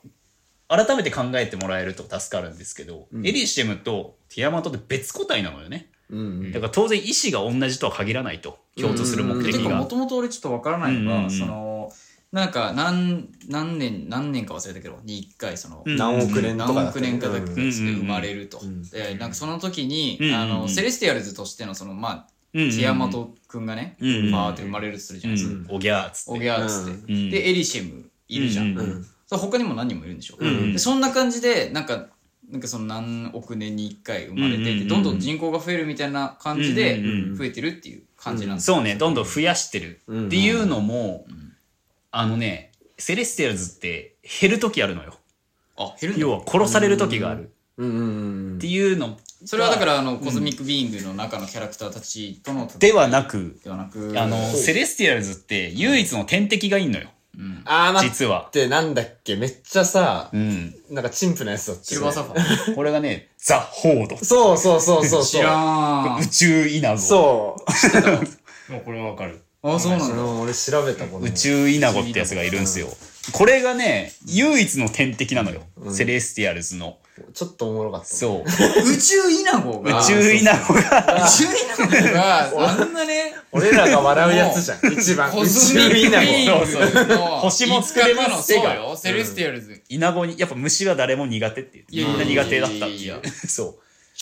S3: 改めて考えてもらえると助かるんですけど、
S1: うん
S3: エリシェムとティアマトって別個体なのよね
S1: うんうん
S3: だから当然意思が同じとは限らないと共通する目
S4: て
S3: 的
S4: か
S3: が
S4: もともと俺ちょっとわからないのが、
S3: うんうんうん
S4: そのなんか何何年何年か忘れたけどに1回その、
S3: うん
S1: 何億年とかだっ
S4: 何
S1: た
S4: 億
S1: ね
S4: 年かだけ
S1: うん
S4: で生まれると、
S1: うん
S4: でなんかその時に、
S3: うんうんうん
S4: あのセレスティアルズとしてのそのまあ
S3: テ
S4: ティアマト君がね、
S3: うんうん
S4: バーって生まれるとするじゃないですか、
S3: おぎゃーっつっ
S4: オ
S3: て
S4: ギャーっつって、
S3: うん
S4: でエリシェムいるじゃん、
S3: うんうん
S1: うん
S4: それ他にも何人もいるんでしょ、
S1: うんうん
S4: でそんな感じでなんかなんかその何億年に1回生まれてて、
S3: うんうんうん
S4: どんどん人口が増えるみたいな感じ
S3: う
S4: で
S3: んうん
S1: うん
S4: 増えてるっていう感じなんですよ
S3: そうねどんどん増やしてる
S1: うん
S3: っていうのも、あのねセレスティアルズって減る時あるのよ
S4: あ減るんだ
S3: 要は殺される時があるっ
S1: うんうんうん
S3: ていうの
S4: それはだからあの、コズミックビーイングの中のキャラクターたちとの戦い
S3: ではなく
S4: ではなく
S3: あのセレスティアルズって唯一の天敵がいんのよ
S4: うん、
S1: あー待っ
S3: 実は。
S1: てなんだっけめっちゃさ
S3: うん、
S1: なんかチンプなやつだったよね
S4: シルバーサファー
S3: これがね、ザ・ホード。
S1: そうそうそうそう
S4: 知ら
S1: そうん
S3: 宇宙イナゴ。
S1: そう
S5: もうこれはわかる。
S4: あそうな
S1: そ
S4: んだ
S1: の俺調べたこの
S3: 宇宙イナゴってやつがいるんですよ。これがね、唯一の天敵なのよ。
S1: うん
S3: セレスティアルズの。
S1: ちょっとおもろかった
S3: そう。
S4: 宇宙イナゴ
S3: 宇
S4: が
S3: 宙イナゴが、
S4: 宇宙イナゴがあんなね
S1: 俺らが笑うやつじゃん一番
S4: コ
S1: 宇
S4: ズミック
S1: 宙
S4: ビ
S1: イナゴ
S4: ーイング
S3: そう
S4: の
S3: 星も作れます
S4: のそうよセレスティアルズ
S3: イナゴに、やっぱ虫は誰も苦手って
S4: い
S3: 言
S4: や
S3: う。
S4: い
S3: みんな
S4: やい
S3: 苦手
S4: や
S3: だったって
S4: い
S3: い
S4: や
S3: う
S4: いや。
S3: そう。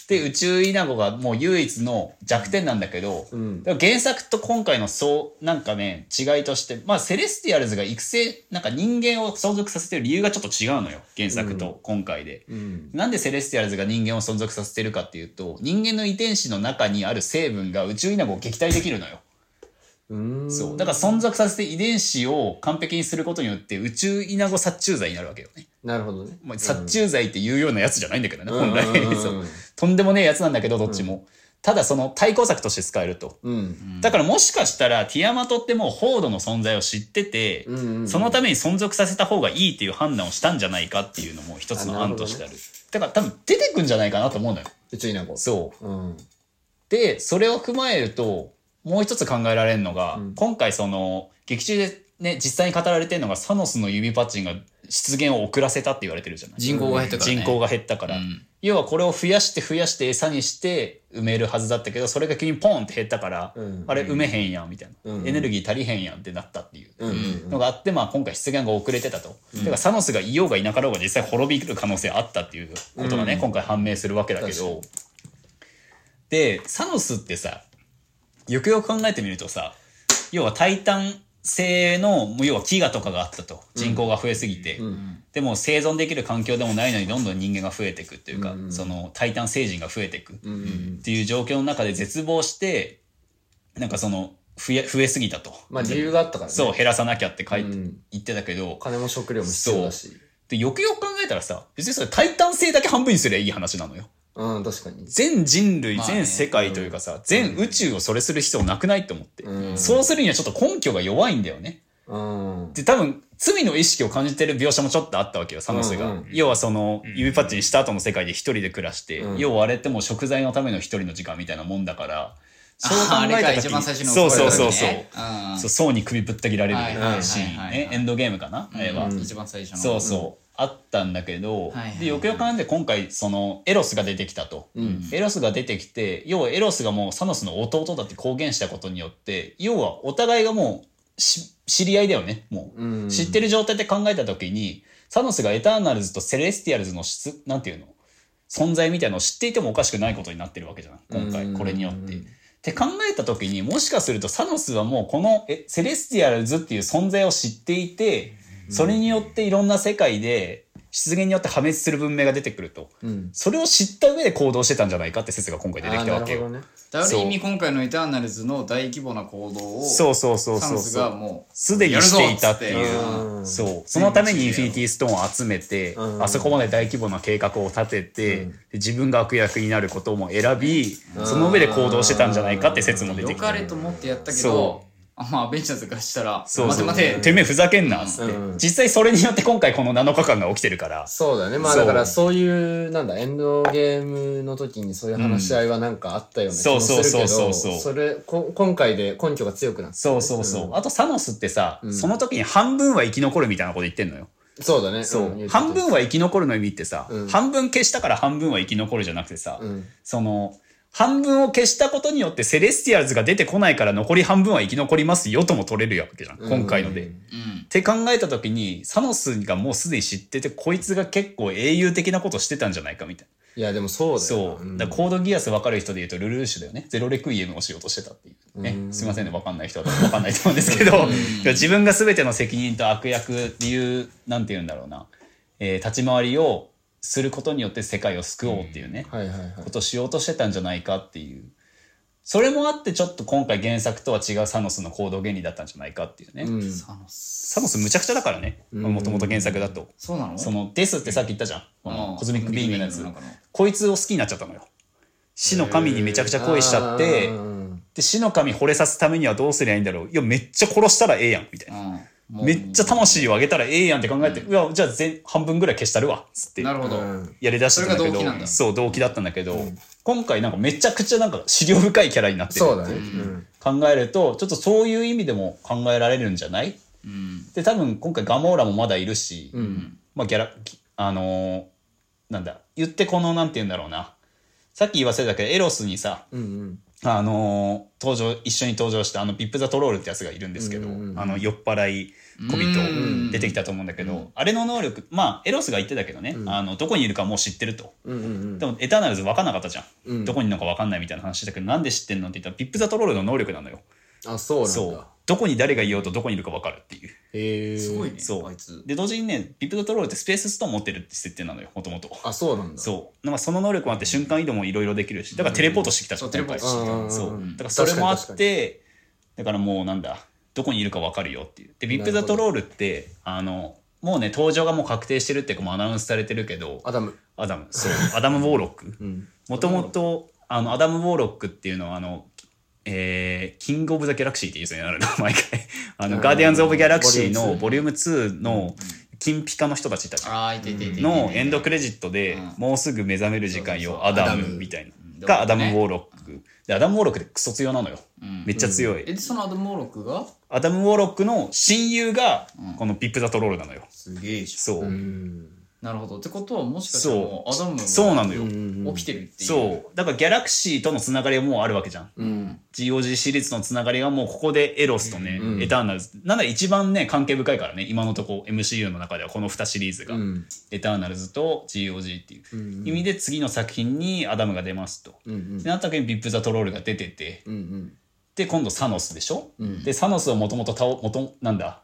S3: で、宇宙イナゴがもう唯一の弱点なんだけど、
S1: うん
S3: だから原作と今回のそう、なんかね、違いとして、まあ、セレスティアルズが育成、なんか人間を存続させてる理由がちょっと違うのよ。原作と今回で。
S1: うん
S3: なんでセレスティアルズが人間を存続させてるかっていうと人間の遺伝子の中にある成分が宇宙イナゴを撃退できるのよ、
S1: うん
S3: そうだから存続させて遺伝子を完璧にすることによって宇宙イナゴ殺虫剤になるわけよね、
S1: なるほどね
S3: まあ、殺虫剤っていうようなやつじゃないんだけどね、
S1: うん
S3: 本来、
S1: うんうんうん
S3: そうとんでもねえやつなんだけどどっちも、ただその対抗策として使えると
S1: うん
S3: だからもしかしたらティアマトってもうホードの存在を知ってて、
S1: うんうんうん
S3: そのために存続させた方がいいっていう判断をしたんじゃないかっていうのも一つの案としてあるだから多分出てくんじゃないかなと思うのよ
S1: 宇宙イナゴ
S3: そう
S1: うん
S3: でそれを踏まえるともう一つ考えられるのが、
S1: うん
S3: 今回その劇中でね実際に語られてるのがサノスの指パッチンが出現を遅らせたって言われてるじゃない
S4: 人口が減ったからね
S3: 人口が減ったから、
S4: うん
S3: 要はこれを増やして増やして餌にして埋めるはずだったけどそれが急にポンって減ったから、
S1: うん
S3: あれ埋めへんやんみたいな、
S1: うん
S3: エネルギー足りへんやんってなったっていう。
S1: うんうん
S3: のがあって、まあ、今回出現が遅れてたと、だからサノスがいようがいなかろうが実際滅びる可能性あったっていうことがね、今回判明するわけだけ
S1: 確か
S3: どでサノスってさよくよく考えてみるとさ要はタイタン製のもう要は飢餓とかがあったと人口が増えすぎて、
S1: ん
S3: でも生存できる環境でもないのにどんどん人間が増えていくっていうか、
S1: うん
S3: そのタイタン星人が増えていく、
S1: うんうん
S3: っていう状況の中で絶望してなんかその増え増えすぎたと、
S1: まあ理由があったからね
S3: そう減らさなきゃって書いて、
S1: うん
S3: 言ってたけど
S1: お金も食料も必要だし
S3: でよくよく考えたらさ別にそれタイタン性だけ半分にすりゃいい話なのよ
S1: うん確かに
S3: 全人類、
S4: まあね
S3: 全世界というかさ、全宇宙をそれする必要なくないと思って、
S1: うん
S3: そうするにはちょっと根拠が弱いんだよね
S1: うん
S3: で多分罪の意識を感じてる描写もちょっとあったわけよサノスが、
S1: うんうん
S3: 要はその指パッチンした後の世界で一人で暮らして、
S1: うん
S3: 要はあれってもう食材のための一人の時間みたいなもんだからそう
S4: ああ
S3: 考
S4: れ
S3: え
S4: か
S3: た
S4: 一
S3: 時に
S4: 番最初の
S3: そうそうそう
S4: 覚
S3: そ
S4: え
S3: う
S4: てるねうん
S3: そう層に首ぶった切られるみたいなシーン
S4: はいはいはいは
S3: ね
S4: い
S3: エンドゲームかな、あれは、
S4: うん一番最初の
S3: そうそう、あったんだけど、
S4: はいはい
S3: でよくよく考えて今回そのエロスが出てきたと、
S1: うん
S3: エロスが出てきて要はエロスがもうサノスの弟だって公言したことによって要はお互いがもうし知り合いだよねもう、
S1: うん
S3: 知ってる状態で考えた時にサノスがエターナルズとセレスティアルズの質なんていうの存在みたいのを知っていてもおかしくないことになってるわけじゃん今
S1: う
S3: 回
S1: ん
S3: これによって。って考えた時にもしかするとサノスはもうこのえセレスティアルズっていう存在を知っていてそれによっていろんな世界で出現によって破滅する文明が出てくると
S1: うん
S3: それを知った上で行動してたんじゃないかって説が今回出てきたわけ
S1: あー
S3: よ。
S1: なる
S4: だからある
S3: そう
S4: 意味今回のエターナルズの大規模な行動を
S3: そうそうそう
S4: サ
S3: そ
S4: ノ
S3: う
S4: ス
S3: そ
S4: が
S3: う
S4: もう
S3: すでにしていたって
S4: やる
S3: い
S4: ぞ
S3: う
S4: っつって
S1: ほどね
S3: そうそのためにインフィニティストーンを集めて、
S1: うん
S3: あそこまで大規模な計画を立てて、
S1: うん
S3: で自分が悪役になることも選び、その上で行動してたんじゃないかって説も出てき
S4: 良
S3: た
S4: か。れと思ってやったけ
S3: そ
S4: どあまあアベンジャーズからしたら
S3: そうそう
S4: 待て待て
S3: てめえふざけんなっつって、
S1: うん
S3: 実際それによって今回この7日間が起きてるから
S1: そうだねまあ
S3: そう
S1: だからそういうなんだエンドゲームの時にそういう話し合いはなんかあったような気もするけど、
S3: うんそうそうそうそう
S1: それこ今回で根拠が強くなった
S3: そうそうそう、あとサノスってさ、
S1: うん
S3: その時に半分は生き残るみたいなこと言ってんのよ、
S1: そうだね
S3: そ
S1: ん
S3: う
S1: 言てた
S3: 半分は生き残るの意味ってさ、
S1: うん
S3: 半分消したから半分は生き残るじゃなくてさ、
S1: うん
S3: その半分を消したことによってセレスティアルズが出てこないから残り半分は生き残りますよとも取れるわけじゃん、
S1: うん
S3: 今回ので。
S4: うん
S3: って考えた時にサノスがもうすでに知っててこいつが結構英雄的なことしてたんじゃないかみたい
S1: いやでもそうだ
S3: な
S1: よ
S3: そう、だからコードギアス分かる人で言うとルルーシュだよねゼロレクイエムをしようとしてたっていうね、
S1: うん
S3: すいませんね分かんない人だと分かんないと思うんですけど、自分が全ての責任と悪役っていうなんて言うんだろうな、えー立ち回りをすることによって世界を救おうっていうね、
S1: はいはいはい
S3: ことしようとしてたんじゃないかっていうそれもあってちょっと今回原作とは違うサノスの行動原理だったんじゃないかっていうね、
S1: うん
S4: サノス
S3: サノスむちゃくちゃだからね
S1: うん
S3: もともと原作だと
S4: そうなの
S3: そのデスってさっき言ったじゃんこ
S4: う
S3: の
S4: ん
S3: コズミックビームのやつ
S4: コズミックビームの中の
S3: こいつを好きになっちゃったのよ死の神にめちゃくちゃ恋しちゃって
S1: うん
S3: で死の神惚れさすためにはどうすりゃいいんだろういやめっちゃ殺したらええやんみたいな
S4: うんもう
S3: めっちゃ魂を上げたらええやんって考えて、うわじゃあ全半分ぐらい消したるわっつって
S4: なるほど、
S1: うん
S3: やりだしてたんだけ
S4: それが動機なん
S3: ど
S4: だ
S3: そう動機だったんだけど、今回なんかめちゃくちゃなんか資料深いキャラになってる
S1: そう
S3: っ
S1: だ
S3: て
S1: ね
S3: いう
S1: うん
S3: 考えるとちょっとそういう意味でも考えられるんじゃない
S4: うん
S3: で多分今回ガモーラもまだいるし、
S1: うん
S3: まあギャラきあのーなんだ言ってこのなんて言うんだろうなさっき言わせたけどエロスにさ
S1: うんうん
S3: あのー登場一緒に登場したあのビップ・ザ・トロールってやつがいるんですけど、
S1: うんうんうん
S3: あの酔っ払い小
S4: うん
S3: 人出てきたと思うんだけど、あれの能力まあエロスが言ってたけどね、
S1: うん
S3: あのどこにいるかもう知ってると
S1: うんうん
S3: でもエターナルズ分かんなかったじゃん、
S1: うん
S3: どこにいるのか分かんないみたいな話だけどなんで知ってんのって言ったらビップ・ザ・トロールの能力なのよ
S1: あそうなん
S3: そう
S1: だ
S3: どこに誰がいようとどこにいるか分かるっていう
S1: へえ
S4: すごいね
S3: そう
S4: あいつ
S3: で同時にねビップ・ザ・トロールってスペースストーン持ってるって設定なのよもともと
S1: あそうなんだ
S3: そうなんかその能力もあって瞬間移動もいろいろできるしだからテレポートしてきたじゃん
S4: そうテレポートしてきた
S1: うんうんうん
S3: そう
S1: うん
S3: だからそれもあ
S1: 確
S3: っ
S1: かに
S3: てだからもうなんだどこにいるか分かるよっていうでビップ・ザ・トロールってあのもうね登場がもう確定してるっていうかもうアナウンスされてるけど
S1: アダム
S3: アダムそうアダム・ウォーロック
S1: うん
S3: もともとあのアダム・ウォーロックっていうのはあのえーキング・オブ・ザ・ギャラクシーって言いそうになるな 毎回あ
S1: あ
S3: の
S1: ー
S3: ガーディアンズ・オブ・ギャラクシーの
S1: ボ
S3: ボリューム2の金ピカの人たちいたち
S4: あーいていていていて
S3: のエンドクレジットで、
S4: うん
S3: もうすぐ目覚める時間
S4: そう
S3: よ
S4: そう
S3: アダ
S1: アダム
S3: ムみたい
S4: うん
S3: ながアダム・ウ
S4: ね
S3: ォーロックでアダム・ウォーロックってクソ強なのよ
S4: うん
S3: めっちゃ強い、
S4: えでそのアダム・ウォーロックが
S3: アダム・ウォーロックの親友が
S4: うん
S3: このピップ・ザ・トロールなのよ
S4: すげえじ
S3: そう、
S1: うん
S4: ゃんなるほどってことはもしかしたらも
S3: そう
S4: アダム
S3: そうなの
S1: う
S3: よ、
S1: んうん
S4: 起きてるっていう
S3: そうだからギャラクシーとのつながりはもうあるわけじゃん
S1: うん、
S3: GOG シリーズのつながりがもうここでエロスとね、
S1: うん
S3: エターナルズなんだ一番ね関係深いからね今のとこ MCU の中ではこの2シリーズが、
S1: うん
S3: エターナルズと GOG ってい
S1: う
S3: う
S1: ん
S3: 意味で次の作品にアダムが出ますと、
S1: うんうん
S3: でなった時にビップ・ザ・トロールが出てて
S1: うんうん
S3: で今度サノスでしょ、
S1: うん
S3: でサノスをもともと倒もとなんだ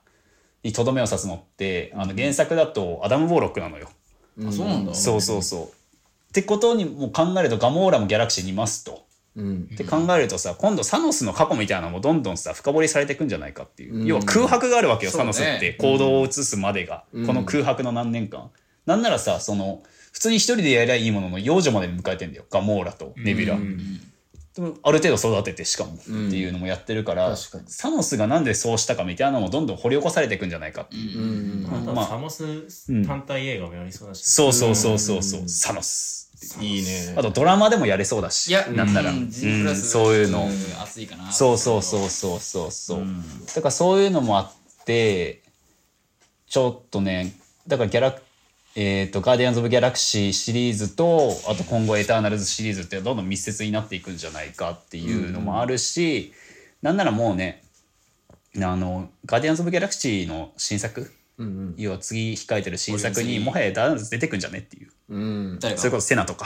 S3: にとどめを刺すのってあの原作だとアダム・ウォーロックなのよ、
S1: うん
S4: あそうなんだ
S3: そうそうそうってことにもう考えるとガモーラもギャラクシーにいますと
S1: うん
S3: って考えるとさ今度サノスの過去みたいなのもどんどんさ深掘りされていくんじゃないかっていう、
S1: うん
S3: 要は空白があるわけよ、
S4: そう
S3: サ
S4: ね
S3: ノスって行動を移すまでが、
S1: うん
S3: この空白の何年間、なんならさその普通に一人でやりゃいいものの幼女まで迎えてんだよガモーラとネビュラ、でもある程度育ててしかもって
S1: うん
S3: いうのもやってるから、
S1: 確かに
S3: サノスがなんでそうしたかみたいなのもどんどん掘り起こされていくんじゃないかっていう、
S1: うん
S5: あとは
S3: まあ
S5: サモス単体映画もやりそうだし、
S3: そうそうそうそうそう、
S1: うん
S3: サノス
S1: いいね
S3: あとドラマでもやれそうだし
S4: いや
S3: なんなら、
S4: う
S3: うん
S4: G プラス
S3: そういうの、
S4: ん熱いかな
S3: そうそうそうそうそうそう、
S4: ん
S3: だからそういうのもあってちょっとねだからギャラえっ、と、ガーディアンズ・オブ・ギャラクシーシリーズと、あと今後エターナルズシリーズってどんどん密接になっていくんじゃないかっていうのもあるし、なんならもうね、あの、ガーディアンズ・オブ・ギャラクシーの新作、
S1: うん
S3: 要は次控えてる新作にもはやエターナルズ出てくんじゃねっていう。
S1: うんうん
S4: 誰
S3: それ
S4: が
S3: こそセナとか、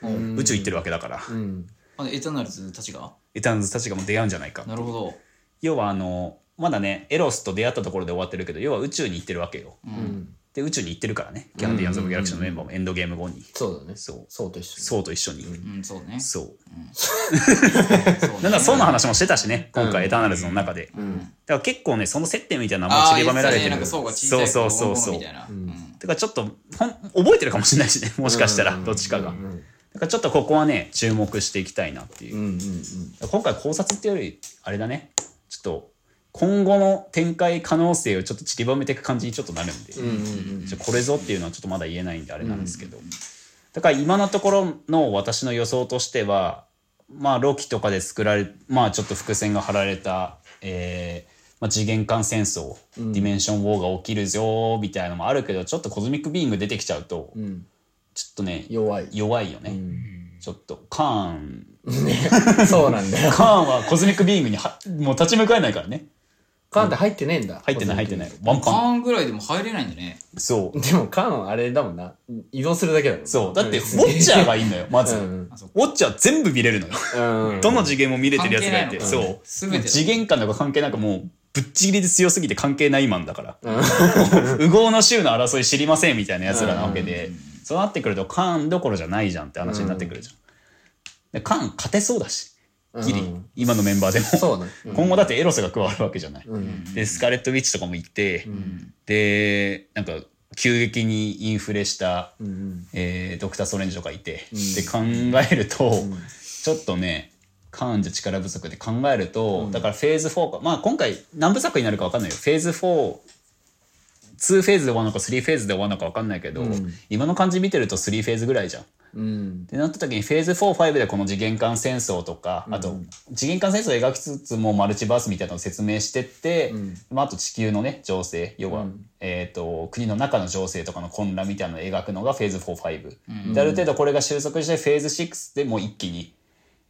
S4: うん
S3: 宇宙行ってるわけだから、
S1: うん
S4: あエターナルズたちが
S3: エターナルズたちがもう出会うんじゃないか。
S4: なるほど。
S3: 要はあの、まだね、エロスと出会ったところで終わってるけど、要は宇宙に行ってるわけよ。
S1: うん
S3: で、宇宙に行ってるからね、ギャンディアンズ・オブ・ギャラクシーのメンバーもエンドゲーム後に、
S1: そうだね
S3: そう
S1: そうと一緒
S3: そうと一緒に。
S4: うん、そうね。
S3: そう。
S4: そうね
S3: なんだ、そうの話もしてたしね、今
S1: うん
S3: 回、エターナルズの中で。
S1: ううん
S3: だから結構ね、その接点みたいなのはも
S4: あ
S3: う
S4: あ、
S3: 散りばめられて
S4: 言ってたねなん
S3: る。
S4: かそうが小さ
S3: そ
S4: いう
S3: そうそう
S4: 子供
S3: そう
S4: みたい。な。
S1: ん
S3: だからちょっとほん覚えてるかもしれないしね、もしかしたら、どっちかが。
S1: う
S3: だ
S1: んうん
S3: からちょっとここはね、注目していきたいなっていうう。
S1: ん
S3: 今回考察っていうより、あれだね、ちょっと、今後の展開可能性をちょっと散りばめていく感じにちょっとなるんで、
S1: うんうん
S3: ちょこれぞっていうのはちょっとまだ言えないんであれなんですけど、だから今のところの私の予想としてはまあロキとかで作られまあちょっと伏線が張られた、えーまあ、次元間戦争、ディメンションウォーが起きるぞみたいなのもあるけどちょっとコズミックビーイング出てきちゃうと、
S1: ん
S3: ちょっとね
S1: 弱い
S3: 弱いよね、ちょっとカーン
S1: そうなん だよ
S3: カーンはコズミックビーイングにはもう立ち向かえないからね
S1: カーンって入ってねえんだ
S3: 入ってない入って
S1: い
S3: ないワン
S4: カ
S3: パン
S4: ーンぐらいでも入れないんだね。
S3: そう
S1: でもカーンはあれだもんな移動するだけだもん
S3: そうだってウォッチャーがいいのよまず、
S1: うん
S3: ウォッチャー全部見れるのよ
S1: うん
S3: どの次元も見れてるやつがいて、
S4: 関係ないの
S3: そ
S4: か
S3: う。
S4: 全てだ
S3: 次元間とか関係なくもう、ぶっちぎりで強すぎて関係ないマンだから。うごの州の争い知りませんみたいな奴らなわけで、そうなってくると、カーンどころじゃないじゃんって話になってくるじゃん。でカーン勝てそうだし、ギリ、
S1: うん
S3: 今のメンバーでも。
S1: そうねうん
S3: 今後だってエロスが加わるわけじゃない。
S1: うん
S3: で、スカレット・ウィッチとかも行って、で、なんか、急激にインフレした、
S1: うん
S3: えードクター・ストレンジとかいて、で考えると、ちょっとねカーンじゃ力不足で考えると、だからフェーズ4かまあ今回何部作になるか分かんないよフェーズ42フェーズで終わるのか3フェーズで終わるのか分かんないけど、今の感じ見てると3フェーズぐらいじゃん。
S1: うん
S3: ってなった時にフェーズ45でこの次元間戦争とか、あと次元間戦争を描きつつもマルチバースみたいなのを説明してって、まあ、あと地球のね情勢要は、えー、と国の中の情勢とかの混乱みたいなのを描くのがフェーズ45、である程度これが収束してフェーズ6でもう一気に、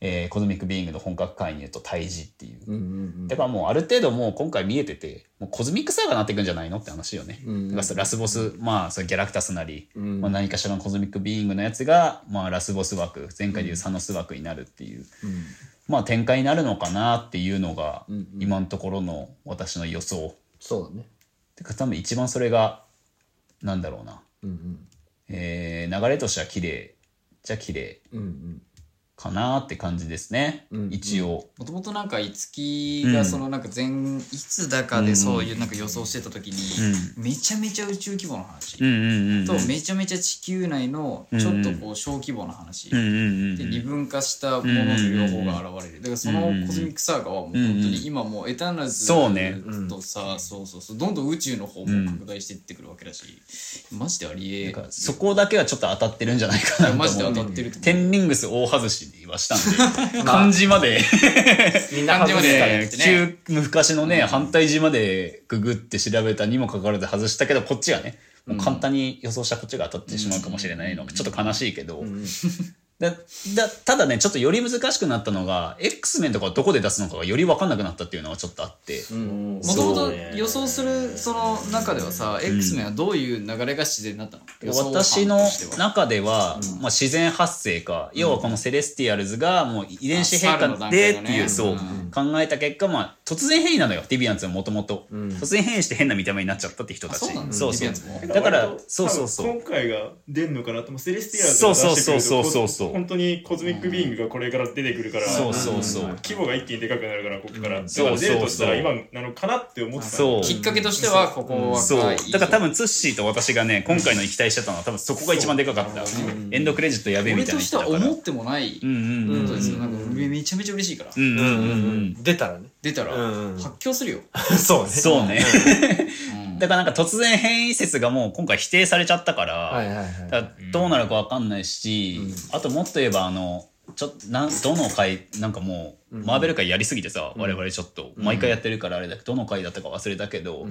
S3: えーコズミックビーイングの本格介入と対峙っていう、だからもうある程度もう今回見えててもうコズミックサーガーになっていくんじゃないのって話よね、だからさラスボスまあそれギャラクタスなり、まあ、何かしらのコズミックビーイングのやつが、まあ、ラスボス枠前回でいうサノス枠になるっていう、まあ展開になるのかなっていうのが今のところの私の予想
S1: そうだね
S3: てか多分一番それがなんだろうな、
S1: うんうん
S3: えー流れとしては綺麗じゃ綺麗
S1: うんうん
S3: かなって感じですね、一応
S4: もともとなんか五木がそのなんか前、いつだかでそういうなんか予想してた時に、めちゃめちゃ宇宙規模の話、
S3: うんうんうん
S4: とめちゃめちゃ地球内のちょっとこう小規模な話、
S3: うんうん
S4: で二分化したものの両方が現れるだからそのコズミックサーガーはもう本当に今もうエターナルズ
S3: そうね
S4: とさそうそうそうどんどん宇宙の方も拡大していってくるわけだしマジでありえ
S3: なんかそこだけはちょっと当たってるんじゃないかなと思う
S4: マジで当たってると思う
S3: テンリングス大外しにはした んで漢字まで
S1: みんな外
S4: 感じ
S1: し
S4: ま
S1: た
S4: で
S1: ね
S3: ね旧昔のね、反対字までググって調べたにもかかわらず外したけどこっちがねもう簡単に予想したこっちが当たってしまうかもしれないのがちょっと悲しいけど、だだただねちょっとより難しくなったのが X メンとかをどこで出すのかがより分かんなくなったっていうのはちょっとあって、
S5: も
S4: もともと予想するその中ではさ、X メンはどういう流れが自然になったの予想
S3: 私の
S4: 班としては
S3: 中では、まあ、自然発生か、要はこのセレスティアルズがもう遺伝子変
S4: あ猿の
S3: 化
S4: 段
S3: で
S4: 階
S3: って
S4: のね
S3: いう、そう、考えた結果、まあ、突然変異なのよディビアンツはもともと突然変異して変な見た目になっちゃったって人たち
S4: そうなの
S3: そう
S4: ディ
S3: そ
S4: ビ
S3: う
S4: アンツも
S3: だからそうそうそう
S6: 今回が出んのかなと、もうセレスティアル
S3: そう
S6: ズ
S3: そ
S6: が
S3: う
S6: 出してく
S3: そ
S6: る
S3: う
S6: と
S3: そうそう
S6: こ本当にコズミックビーイングがこれから出てくるから、
S3: そうそうそう
S6: 規模が一気にでかくなるから、ここから。だ
S3: そ
S6: か
S3: う
S6: ら出るとしたら
S3: そう
S6: 今なのかなって思ってた。
S3: そう
S4: きっかけとしてはここは
S3: そうだから多
S4: 分
S3: 分ツッシーと私がね今回のに期待してたのは多分そこが一番でかかったエンドクレジットやべえみ
S4: 俺
S3: たい
S4: と
S3: な
S4: して
S3: 人だか
S4: は
S3: ら
S4: 思ってもない
S3: うんうんうん
S4: ことですよなんかめちゃめちゃ嬉しいから
S3: うんうんうんうん
S1: 出たらね
S4: 出たら
S1: うん
S4: 発狂するよ
S1: そうね
S3: そうね
S4: うん
S3: だからなんか突然変異説がもう今回否定されちゃったから、
S1: はいはいはい
S3: だからどうなるかわかんないし、あともっと言えばあのちょっとなんどの回なんかもう、マーベル界やりすぎてさ我々ちょっと毎回やってるからあれだけどどの回だったか忘れたけど、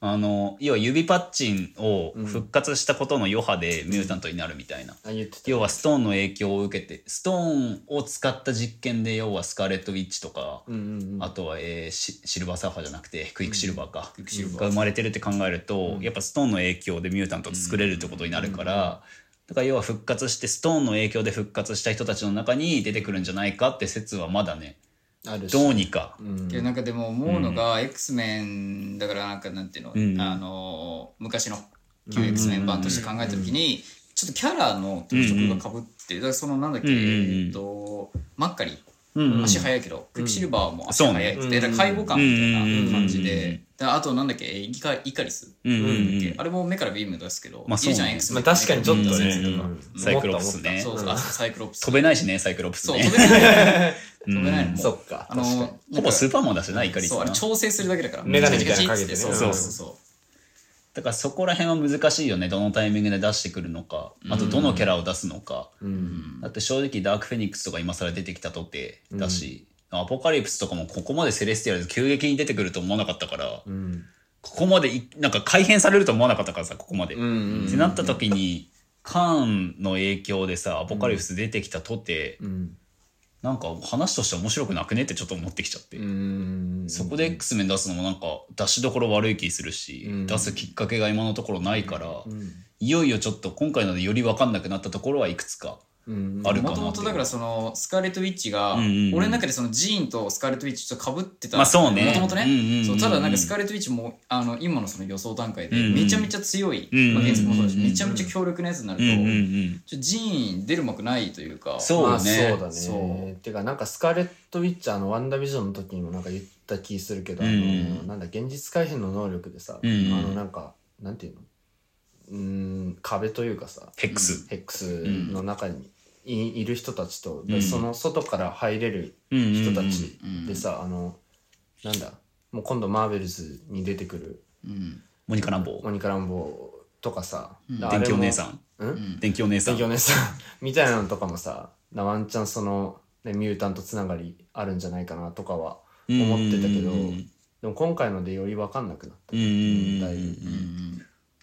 S3: あの要は指パッチンを復活したことの余波でミュータントになるみたいな、
S1: あ、言ってた。
S3: 要はストーンの影響を受けてストーンを使った実験で要はスカーレット・ウィッチとか、
S1: うんうんうん。
S3: あとは、えーシシルバーサーファーじゃなくてクイックシルバーか、
S4: クシルバー
S3: が生まれてるって考えると、やっぱストーンの影響でミュータント作れるってことになるから、だから要は復活してストーンの影響で復活した人たちの中に出てくるんじゃないかって説はまだね
S1: あるし。
S3: どうにか
S1: うん。
S4: けどなんかでも思うのが、X メンだからなんかなんていうの、
S3: うん
S4: あの昔の旧 X メン版として考えた時に、ちょっとキャラの特色がかぶって、だからそのなんだっけ、
S3: うんうん
S4: えっとマッカリー
S3: うんうん
S4: 足速いけど、クイックシルバーも足
S3: そうね
S4: 速いって、
S1: うん
S4: だから介護官みたいな感
S3: う
S4: じ
S3: んうんうんうん
S4: で、であとなんだっけイカイカリス、
S3: うんうんうん
S4: あれも目からビーム出すけど、
S3: まあそう
S4: い
S3: ね
S4: いじゃん X
S1: ま
S4: メ
S1: あ
S4: ン、
S1: 確かにちょっとね
S4: うん
S1: うん
S3: サイクロプスね
S4: そうそうあサイクロプス
S3: 飛べないしねサイクロプス
S4: そう
S3: ね
S4: 飛べない飛べないのもう
S1: そっか。
S4: あの
S1: 確かに
S4: な
S3: ほ
S4: んか
S3: ぼスーパーマンだしな怒り
S4: そうあれ調整するだけだから
S1: メガネみたいなのかけてね
S4: そうそうそうそう
S3: だからそこら辺は難しいよねどのタイミングで出してくるのかあとどのキャラを出すのか、だって正直ダークフェニックスとか今更出てきたとてだし、アポカリプスとかもここまでセレスティアルで急激に出てくると思わなかったから、ここまでいなんか改変されると思わなかったからさここまで、ってなった時にカーンの影響でさアポカリプス出てきたとて、
S1: ん
S3: なんか話として面白くなくねってちょっと思ってきちゃって、
S1: うん。
S3: そこで X メン出すのもなんか出しどころ悪い気するし、出すきっかけが今のところないから、いよいよちょっと今回のでより分かんなくなったところはいくつかあるかなって
S4: もと
S3: いう
S4: もとだからそのスカーレット・ウィッチが、
S3: んうんうん
S4: 俺の中でそのジーンとスカーレット・ウィッチちょっとかぶってた
S3: まあそうね
S4: もともとね、
S3: うんうんうんうん
S4: そうただなんかスカーレット・ウィッチもあの今のその予想段階で
S3: うんうん
S4: めちゃめちゃ強い、
S3: うんうんうん
S4: まあ、原作もそうだしめちゃめちゃ強力なやつになると、
S3: うんうんうん
S4: ちょっとジーン出る幕ないというか
S3: そうね,、
S1: まあそうだね。
S4: そう
S1: てか、なんかスカーレット・ウィッチャーのワンダービジョンの時にもなんか言った気するけど、あ
S3: うん
S1: のなんだ、現実改変の能力でさ、あ
S3: うん
S1: の、なんか、なんていうのうーん、壁というかさ、
S3: ヘックス、
S1: ヘックスの中にいいる人たちと、
S3: う
S1: で
S3: ん
S1: その外から入れる人たちでさ、あの、なんだ、もう今度マーベルズに出てくる
S4: うん
S3: モニカ・ランボ
S1: モニカ・ランボーとかさ、あれも
S3: ー電気お姉さん
S1: うん
S3: 電気お姉さん
S1: 勉強ねさみたいなのとかもさなワンチャンその、ね、ミュータントつながりあるんじゃないかなとかは思ってたけど
S3: うん
S1: でも今回のでより分かんなくなった、
S3: うんうん
S1: だいぶ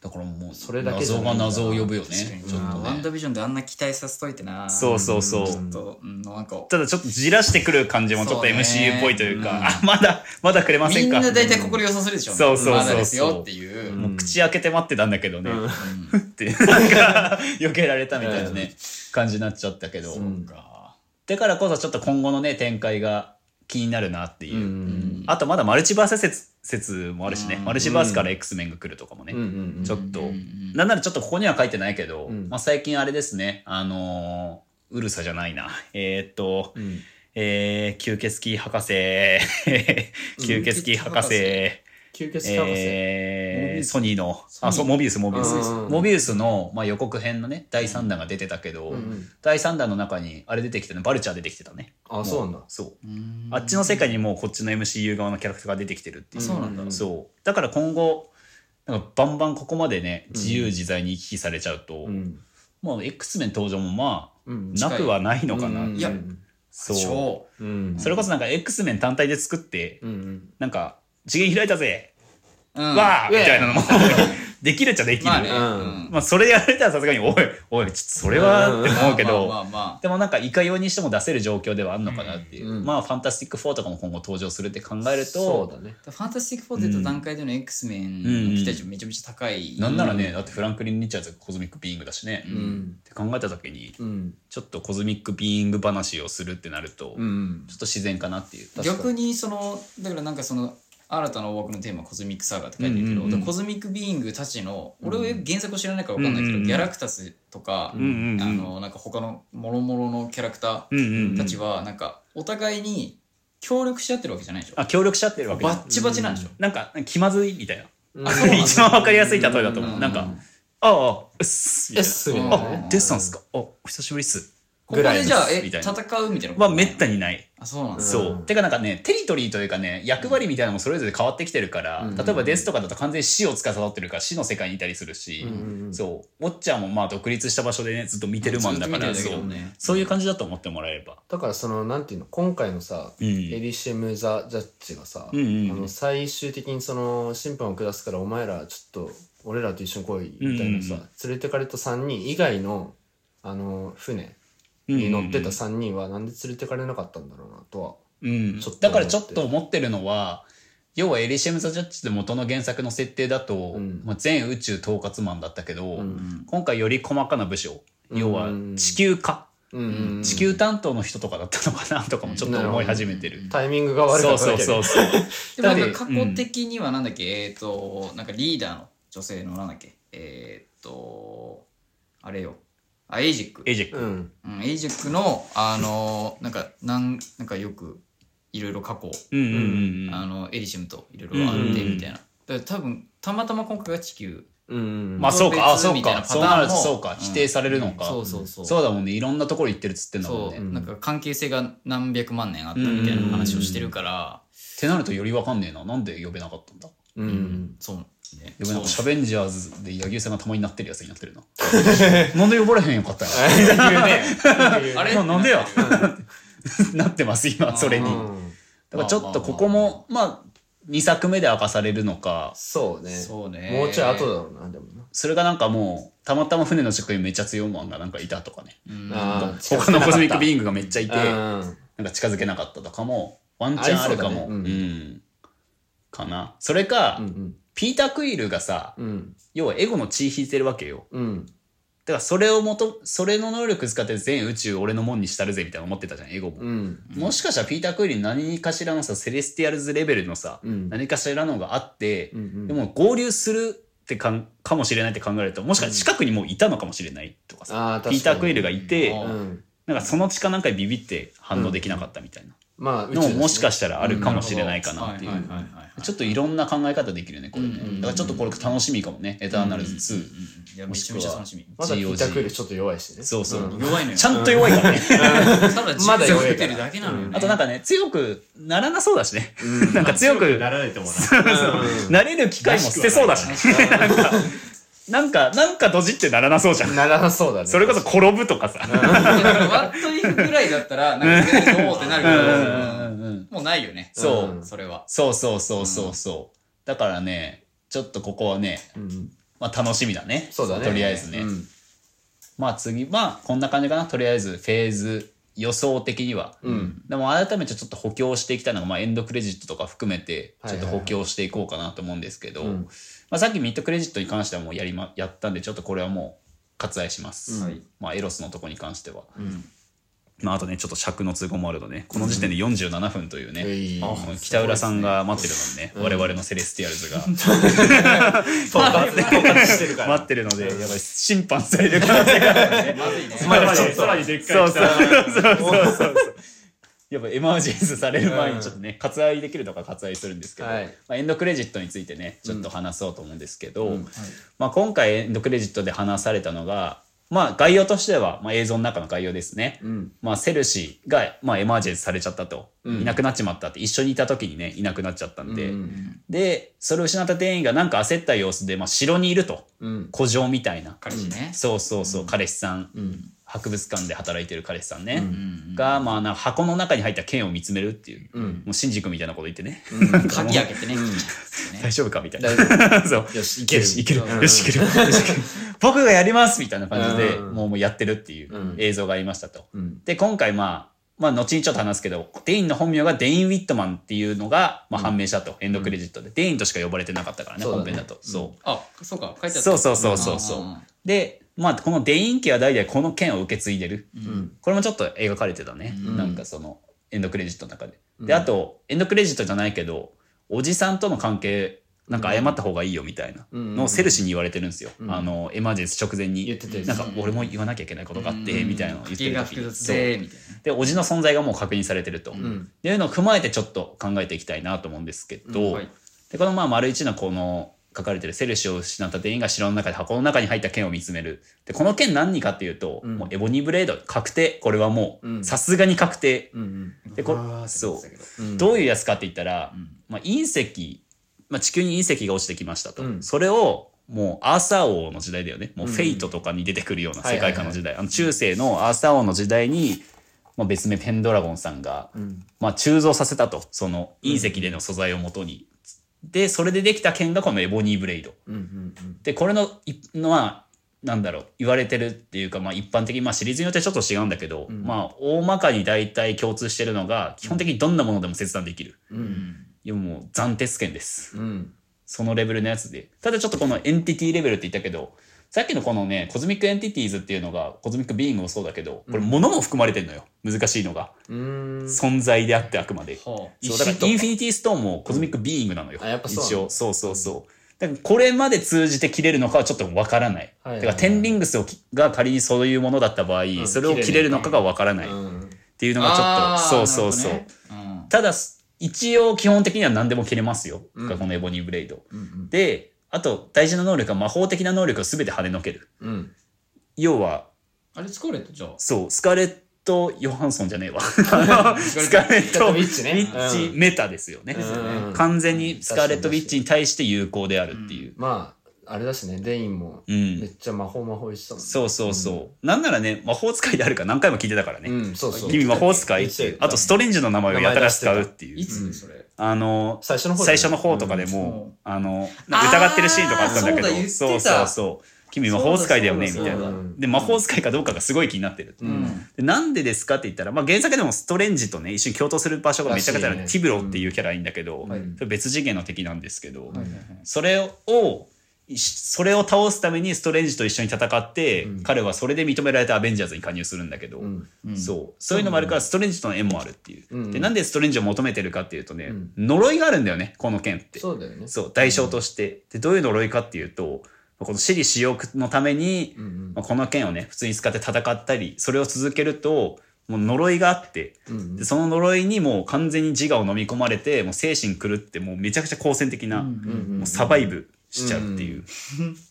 S3: だからもう
S1: それだけじゃ
S3: 謎
S1: ない
S3: が謎を呼ぶよ
S4: 確か
S3: ね
S4: に
S3: ちょっと
S4: ワン
S3: ね
S4: ダービジョンであんな期待させといてな
S3: そうそうそう
S4: ちょっと、うん、なんか
S3: ただちょっとじらしてくる感じもちょっと
S4: そうね
S3: MCU っぽいというか
S4: うん
S3: あまだまだくれませ
S4: み
S3: ん
S4: ん
S3: か
S4: な大体ここで予想するでしょ
S3: そうそうそうそう
S4: まだですよっていう、
S3: もう口開けて待ってたんだけどね、
S1: うん
S3: ってなんか避けられたみたいなね感じになっちゃったけど
S1: ん
S3: だからこそちょっと今後のね展開が気になるなっていう、
S1: うん
S3: あとまだマルチバース説説もあるしね、マルチバースから X メンが来るとかもね、
S1: うんうんうん
S3: ちょっと、なんならちょっとここには書いてないけど、
S1: ん
S3: まあ、最近あれですねあのーウルサじゃないなえーっと、
S1: ん
S3: えー吸血鬼博士吸血鬼博
S1: 吸血
S3: 士、
S1: 鬼博士、
S3: えーソニーのあそうモビウスモビウス
S1: うん
S3: モビウスの、まあ、予告編のね第3弾が出てたけど、
S1: ん
S3: 第3弾の中にあれ出てきてねバルチャー出てきてたね
S1: あそうなんだ
S3: そうあっちの世界にもうこっちの MCU 側のキャラクターが出てきてるっていう
S4: そうなんだ
S3: そうだから今後なんかバンバンここまでね自由自在に行き来されちゃうと、
S1: うん
S3: もう X メン登場もまあ、
S1: うん
S3: なくはないのかな、
S1: うん
S4: いや
S3: そう
S4: 超
S1: うん
S3: それこそなんか X メン単体で作って、
S1: うんうん
S3: なんか次元開いたぜ、
S4: うん
S3: わーみたいなのもできるっちゃできる、
S4: まあね、
S1: う
S4: うんん、
S3: まあ、それやられたらさすがに、おい、おい、ちょっとそれはって思うけ
S4: まあ
S3: ど、
S4: まあま
S3: でもなんか、いかようにしても出せる状況ではあるのかなっていう。
S1: うん
S3: まあ、ファンタスティック4とかも今後登場するって考える
S1: そう
S3: と、
S1: だね
S4: あファンタスティック4出た段階での X メンの期待値もめちゃめちゃ高い、
S3: なんならね、だってフランクリン・リチャーズがコズミック・ビーイングだしね。
S1: うん
S3: って考えた時に、
S1: うん
S3: ちょっとコズミック・ビーイング話をするってなる
S1: う
S3: と、ちょ
S1: ん
S3: っと自然かなっていう。
S4: 逆にそのだからなんかその新たな大枠のテーマはコズミックサーガーって書いてるけど、
S3: うんうんうん
S4: だからコズミックビーイングたちの俺は原作を知らないから分かんないけ
S3: う
S4: ど、
S3: んうんうん
S4: ギャラクタスとか、
S3: んうんうん
S4: あのなんか他のもろもろのキャラクタ
S3: うんうんう
S4: ー
S3: ん
S4: たちはなんかお互いに協力し合ってるわけじゃないでしょ、
S3: あ、協力しちゃってるわけ
S4: バッチバチなんでしょ、
S3: なんか、気まずいみたいな。
S1: うん
S3: 一番わかりやすい例えだと思う。なんか、ああ、うっす、みたいな
S1: えっすみたいな
S3: あ、デッサンっすかあ、お久しぶりっす。
S4: ここ
S3: ぐらい
S4: で
S3: です
S4: じゃあ、え、
S3: みたい
S4: 戦
S3: な
S4: うみたいなこと
S3: はめったにない。
S4: あ、そうなんだ。
S3: そう。てかなんかね、テリトリーというかね、役割みたいなのもそれぞれ変わってきてるから、
S1: うん
S3: 例えばデスとかだと完全に死を司ってるから死の世界にいたりするし、
S1: うんうん
S3: そう。ウォッチャーもまあ独立した場所でね、ずっと見てるマンだから、
S4: ずっ
S3: そ
S4: と見てるだけ
S3: う
S4: どね
S3: そういう感じだと思ってもらえれば。
S1: だからそのなんていうの今回のさ、
S3: うん
S1: エリシェム・ザ・ジャッジがさ、
S3: うんうんうん
S1: あの最終的にその審判を下すからお前らちょっと俺らと一緒に来いみたいなさ、
S3: うんうん
S1: 連れてかれた3人以外のあの船に乗ってた3人はなんで連れてかれなかったんだろうなとは、
S3: うん
S1: ちょっと思っ、て
S3: だからちょっと思ってるのは要はエリシェム・ザ・ジャッジって元の原作の設定だと、
S1: うん
S3: まあ、全宇宙統括マンだったけど、
S1: うん
S3: 今回より細かな部署
S1: うん
S3: 要は地球化、
S1: うんうん
S3: 地球担当の人とかだったのかなとかもちょっと思い始めてる。
S1: タイミングが悪
S3: そ
S1: か
S3: う
S1: っただ
S3: そ
S1: け
S3: う
S1: で
S3: そうそう。
S4: でも
S3: だ
S4: な
S3: っ
S4: ん
S3: て
S4: か過去的にはなんだっけ、えっ、と、なんかリーダーの女性のなんだっけ、えっ、と、あれよ、あ、エイジック。
S3: エイジェック。
S1: うん
S4: うん、エイジックの、あのーなんか、なん、なんかよく、いろいろ過去、
S3: うんうんうんうん
S4: あの、エリシムといろいろあって、みたいな。だから多分、たまたま今回が地球。
S1: うんうん
S3: まあそうか、あ
S4: 別
S3: そう
S4: みたいな
S3: か、
S4: パ
S3: そ
S4: ター
S3: う
S4: ンも
S3: なるとそう
S4: う
S3: か
S4: ん、
S3: 否定されるのか。
S4: そうそうそう。
S3: そうだもんね、いろんなところ行ってるっつってんだもん
S4: そ
S3: ね。
S4: う、
S3: っ
S4: なんか関係性が何百万年あったみたいな話をしてるから、
S3: てなるとよりわかんねえな。なんで呼べなかったんだ
S1: うんうん
S4: そうね。
S3: 呼べなかった。シ
S4: そう
S3: ャベンジャーズで柳生さんがたまになってるやつに なってるな。なんで呼ばれへんよかったんや。
S4: あれ
S3: ななんでよ なってます、今、それに。
S1: うん
S3: だからちょっとここも、まあ、2作目で明かされるのか、
S1: そうね
S4: そうね。
S1: もうちょい後だろうなでもな
S3: それがなんかもう、たまたま船の職員めっちゃ強いマンがなんかいたとかね。
S1: あー
S3: 他のコズミックビーイングがめっちゃいて、
S1: うん
S3: なんか近づけなかったとかも、ワンチャンあるかも。
S1: ありそううだ
S3: ん
S1: ねう
S3: かな。それか、
S1: うん
S3: ピーター・クイルがさ、
S1: うん
S3: 要はエゴの血引いてるわけよ。
S1: うん
S3: だからそれをもと、それの能力使って全宇宙俺のもんにしたるぜみたいな思ってたじゃん、エゴも。
S1: うん
S3: もしかしたらピーター・クイルに何かしらのさ、セレスティアルズレベルのさ、
S1: うん
S3: 何かしらのがあって、
S1: うんうん
S3: でも合流するってかんかもしれないって考えると、もしかしたら近くにもういたのかもしれないとか
S1: あー確
S3: さ、
S1: か
S3: ピ
S1: に
S3: ーター・クイルがいて、
S4: うん
S1: うん
S3: なんかその力なんかにビビって反応できなかったみたいな。
S1: まあ宇宙
S3: のももしか
S1: し
S3: したらあるかもしれないかなっていう。ちょっといろんな考え方できるね、これね。だからちょっとこれ楽しみかもね、エターナルズ2。
S4: いや、めちゃめちゃ楽しみ。
S1: まだピータークイルちょっと弱いしね
S3: そうそう。
S4: 弱いのよ。
S3: ちゃんと弱いからね。
S4: ただ、
S1: まだ弱いから
S4: てるだけなのよね。
S3: あとなんかね、強くならなそうだしね。なんか強く
S5: ならないと思うな。
S3: なれる機会も捨てそうだしね。なんか、なんかドジってならなそうじゃん。
S1: ならなそうだね
S3: それこそ転ぶとかさ。
S4: いやだからワットイフぐらいだったら、なんか、そうってなる
S3: う
S4: け
S3: んう
S4: どうん
S3: んうんうん
S4: もうないよね。
S3: そう
S1: うん
S4: それは。
S3: そうそうそうそうそう。だからね、ちょっとここはね、
S1: うん
S3: まあ楽しみだね。
S1: そうだね
S3: とりあえずね。
S1: うん
S3: まあ次、まあこんな感じかな。とりあえずフェーズ予想的には。
S1: うん
S3: でも改めてちょっと補強していきたいのが、まあエンドクレジットとか含めて、
S1: はいは
S3: ちょっ
S1: い
S3: と
S1: はい
S3: 補強していこうかなと思うんですけど、
S1: うん
S3: まあさっきミッドクレジットに関してはもうやりま、やったんで、ちょっとこれはもう割愛します。
S4: はい
S3: まあエロスのとこに関しては。まああとね、ちょっと尺の都合もあるので、この時点で47分というね、
S1: うい
S3: あもう北浦さんが待ってるのでね、我々のセレスティアル ズが。待ってるので、やっぱり審判される 可能性があるからね。
S4: まずいね。
S3: まだちょっと
S6: さらにでっ
S3: そ
S6: か
S3: う
S6: い
S3: そうそうそうそうそう。やっぱエマージェンスされる前にちょっとね、割愛できるとか割愛するんですけど、
S1: はい
S3: まあ、エンドクレジットについてねちょっと話そうと思うんですけど、まあ、今回エンドクレジットで話されたのが、まあ、概要としては、まあ、映像の中の概要ですね、
S1: ん
S3: まあ、セルシーが、まあ、エマージェンスされちゃったと、いなくなっちまったって一緒にいた時にねいなくなっちゃったんで、でそれを失った店員がなんか焦った様子で、まあ、城にいると、
S1: うん
S3: 古城みたいな
S4: 彼氏ね。
S3: そうそうそう、彼氏さん、博物館で働いてる彼氏さんね、が、まあ、なんか箱の中に入った剣を見つめるっていう、もうシンジ君みたいなこと言ってね、
S4: かき開けてね。
S3: 大丈夫かみたいな
S1: 大丈。
S3: そう
S1: よしいける
S3: よし、いける。
S1: うん
S3: よし、いける。よしいける 僕がやりますみたいな感じで、
S1: うん
S3: もうもうやってるっていう
S1: うん
S3: 映像がありましたと。
S1: うん
S3: で、今回、まあ、まあ、後にちょっと話すけど、デインの本名がデイン・ウィットマンっていうのが、まあ、判明したと、エンドクレジットで。デインとしか呼ばれてなかったからね、
S1: そうだね
S3: 本編だと。そう。
S4: あ、そうか、書いてあった。
S3: そうそうそうそうそう
S4: うんうんうん。
S3: で、まあ、このデイン家は代々この剣を受け継いでる。これもちょっと描かれてたね。なんかその、エンドクレジットの中で。で、あと、エンドクレジットじゃないけど、おじさんとの関係、なんか謝った方がいいよみたいなのをセルシーに言われてるんですよ。あの、エマージェンス直前に。
S1: 言ってたよね
S3: なんか、俺も言わなきゃいけないことがあって、みたいなのを言
S4: 家
S3: ってる
S4: が
S3: 時
S4: 複
S3: に。
S4: 雑で、みたいな。
S3: で、おじの存在がもう確認されてると。っていうのを踏まえてちょっと考えていきたいなと思うんですけど、
S4: うんはい
S3: でこのまあ丸一のこの書かれてるセルシオを失った全員が城の中で箱の中に入った剣を見つめる。で、この剣何かっていうと、
S1: うん
S3: もうエボニーブレード確定。これはも
S1: う
S3: う、
S1: ん
S3: さすがに確定。
S1: うん
S3: で、これ、そう。
S1: うんうん
S3: どういうやつかって言ったら、まあ、隕石、まあ、地球に隕石が落ちてきましたと、
S1: うん
S3: それをもうアーサー王の時代だよねもう
S1: うん
S3: フェイトとかに出てくるような世界観の時代、あの中世のアーサー王の時代に、まあ、別名ペンドラゴンさんが、
S1: うん
S3: まあ、鋳造させたとその隕石での素材をもとに、でそれでできた剣がこのエボニーブレイド
S1: うんうんうん
S3: でこれのいのはなんだろう言われてるっていうか、まあ、一般的に、まあ、シリーズによってちょっと違うんだけど、
S1: うん
S3: まあ大まかに大体共通してるのが基本的にどんなものでも切断できる。
S1: うん
S3: いやもう暫鉄剣です。
S1: うん
S3: そのレベルのやつで。ただちょっとこのエンティティレベルって言ったけど、さっきのこのね、コズミックエンティティーズっていうのが、コズミックビーイングもそうだけど、これ物も含まれてんのよ。難しいのが。
S1: うん
S3: 存在であってあくまで。
S4: はあ
S3: そうだからインフィニティストーンもコズミックビーイングなのよ。
S1: あやっぱそうなの
S3: 一応。そうそうそう。だからこれまで通じて切れるのかはちょっとわからない。
S1: はいはいはい
S3: だからテンリングスをきが仮にそういうものだった場合、
S1: ん
S3: それを切れるのかがわからない。
S1: うん
S3: っていうのがち
S4: あー
S3: ょっと、そうそうそう。
S4: なるほどね
S3: ただ、一応基本的には何でも切れますよ。
S1: うん
S3: がこのエボニーブレイド。
S1: うん
S3: で、あと大事な能力は魔法的な能力を全て跳ねのける。
S1: うん
S3: 要は、
S4: うんあれ疲れたじゃあ
S3: そう、スカーレット・ヨハンソンじゃねえ わ。あのスカーレット・ウ
S1: ウィ
S3: ィ
S1: ッチね
S3: ッチ・メタですよね。
S1: うん
S3: 完全にスカーレット・ウィッチに対して有効であるっていう。
S1: まああれだしねデインも
S3: うん。
S1: めっちゃ魔法魔法しそう
S3: そうそうそう。なんならね、魔法使いであるか何回も聞いてたからね。
S1: うんそうそう
S3: 君魔法使いっ
S1: そう
S3: て、あとストレンジの名前をやたら使うってい。
S4: いうつそれ
S3: あの、
S1: 最初の方だ
S3: 最
S1: ね
S3: 初の方とかで
S4: うん
S3: も
S4: そう、
S3: あの、なんか疑ってるシーンとかあったんだけど、
S4: あーそう
S3: そう
S4: だ言って
S3: そう
S4: た
S3: そう。君魔法使いだよね、みた
S4: そうだ
S3: い
S4: そうだ
S3: な
S4: そう
S1: だ。
S3: で、魔法使いかどうかがすごい気になってる。
S1: うん
S3: でなんでですかって言ったら、まあ、原作でもストレンジとね、一緒に共闘する場所がめちゃくちゃある、
S1: らし
S3: テ
S1: いね
S3: ィブロっていうキャラいいんだけど、
S1: はい
S3: それ別次元の敵なんですけど、
S1: はい
S3: それを、いそれを倒すためにストレンジと一緒に戦って、
S1: うん
S3: 彼はそれで認められたアベンジャーズに加入するんだけど、
S1: うん
S4: うん
S3: そうそういうのもあるからストレンジとの縁もあるっていう、
S1: うん
S3: でなんでストレンジを求めてるかっていうとね、
S1: うん
S3: 呪いがあるんだよねこの剣って
S1: そうだよね
S3: そう代償として、でどういう呪いかっていうとこの私利私欲のために、
S1: うんうん
S3: まあ、この剣をね普通に使って戦ったりそれを続けるともう呪いがあって
S1: うん
S3: でその呪いにもう完全に自我を飲み込まれてもう精神狂ってもうめちゃくちゃ好戦的な、
S1: うん
S3: もうサバイブしちゃうっていう、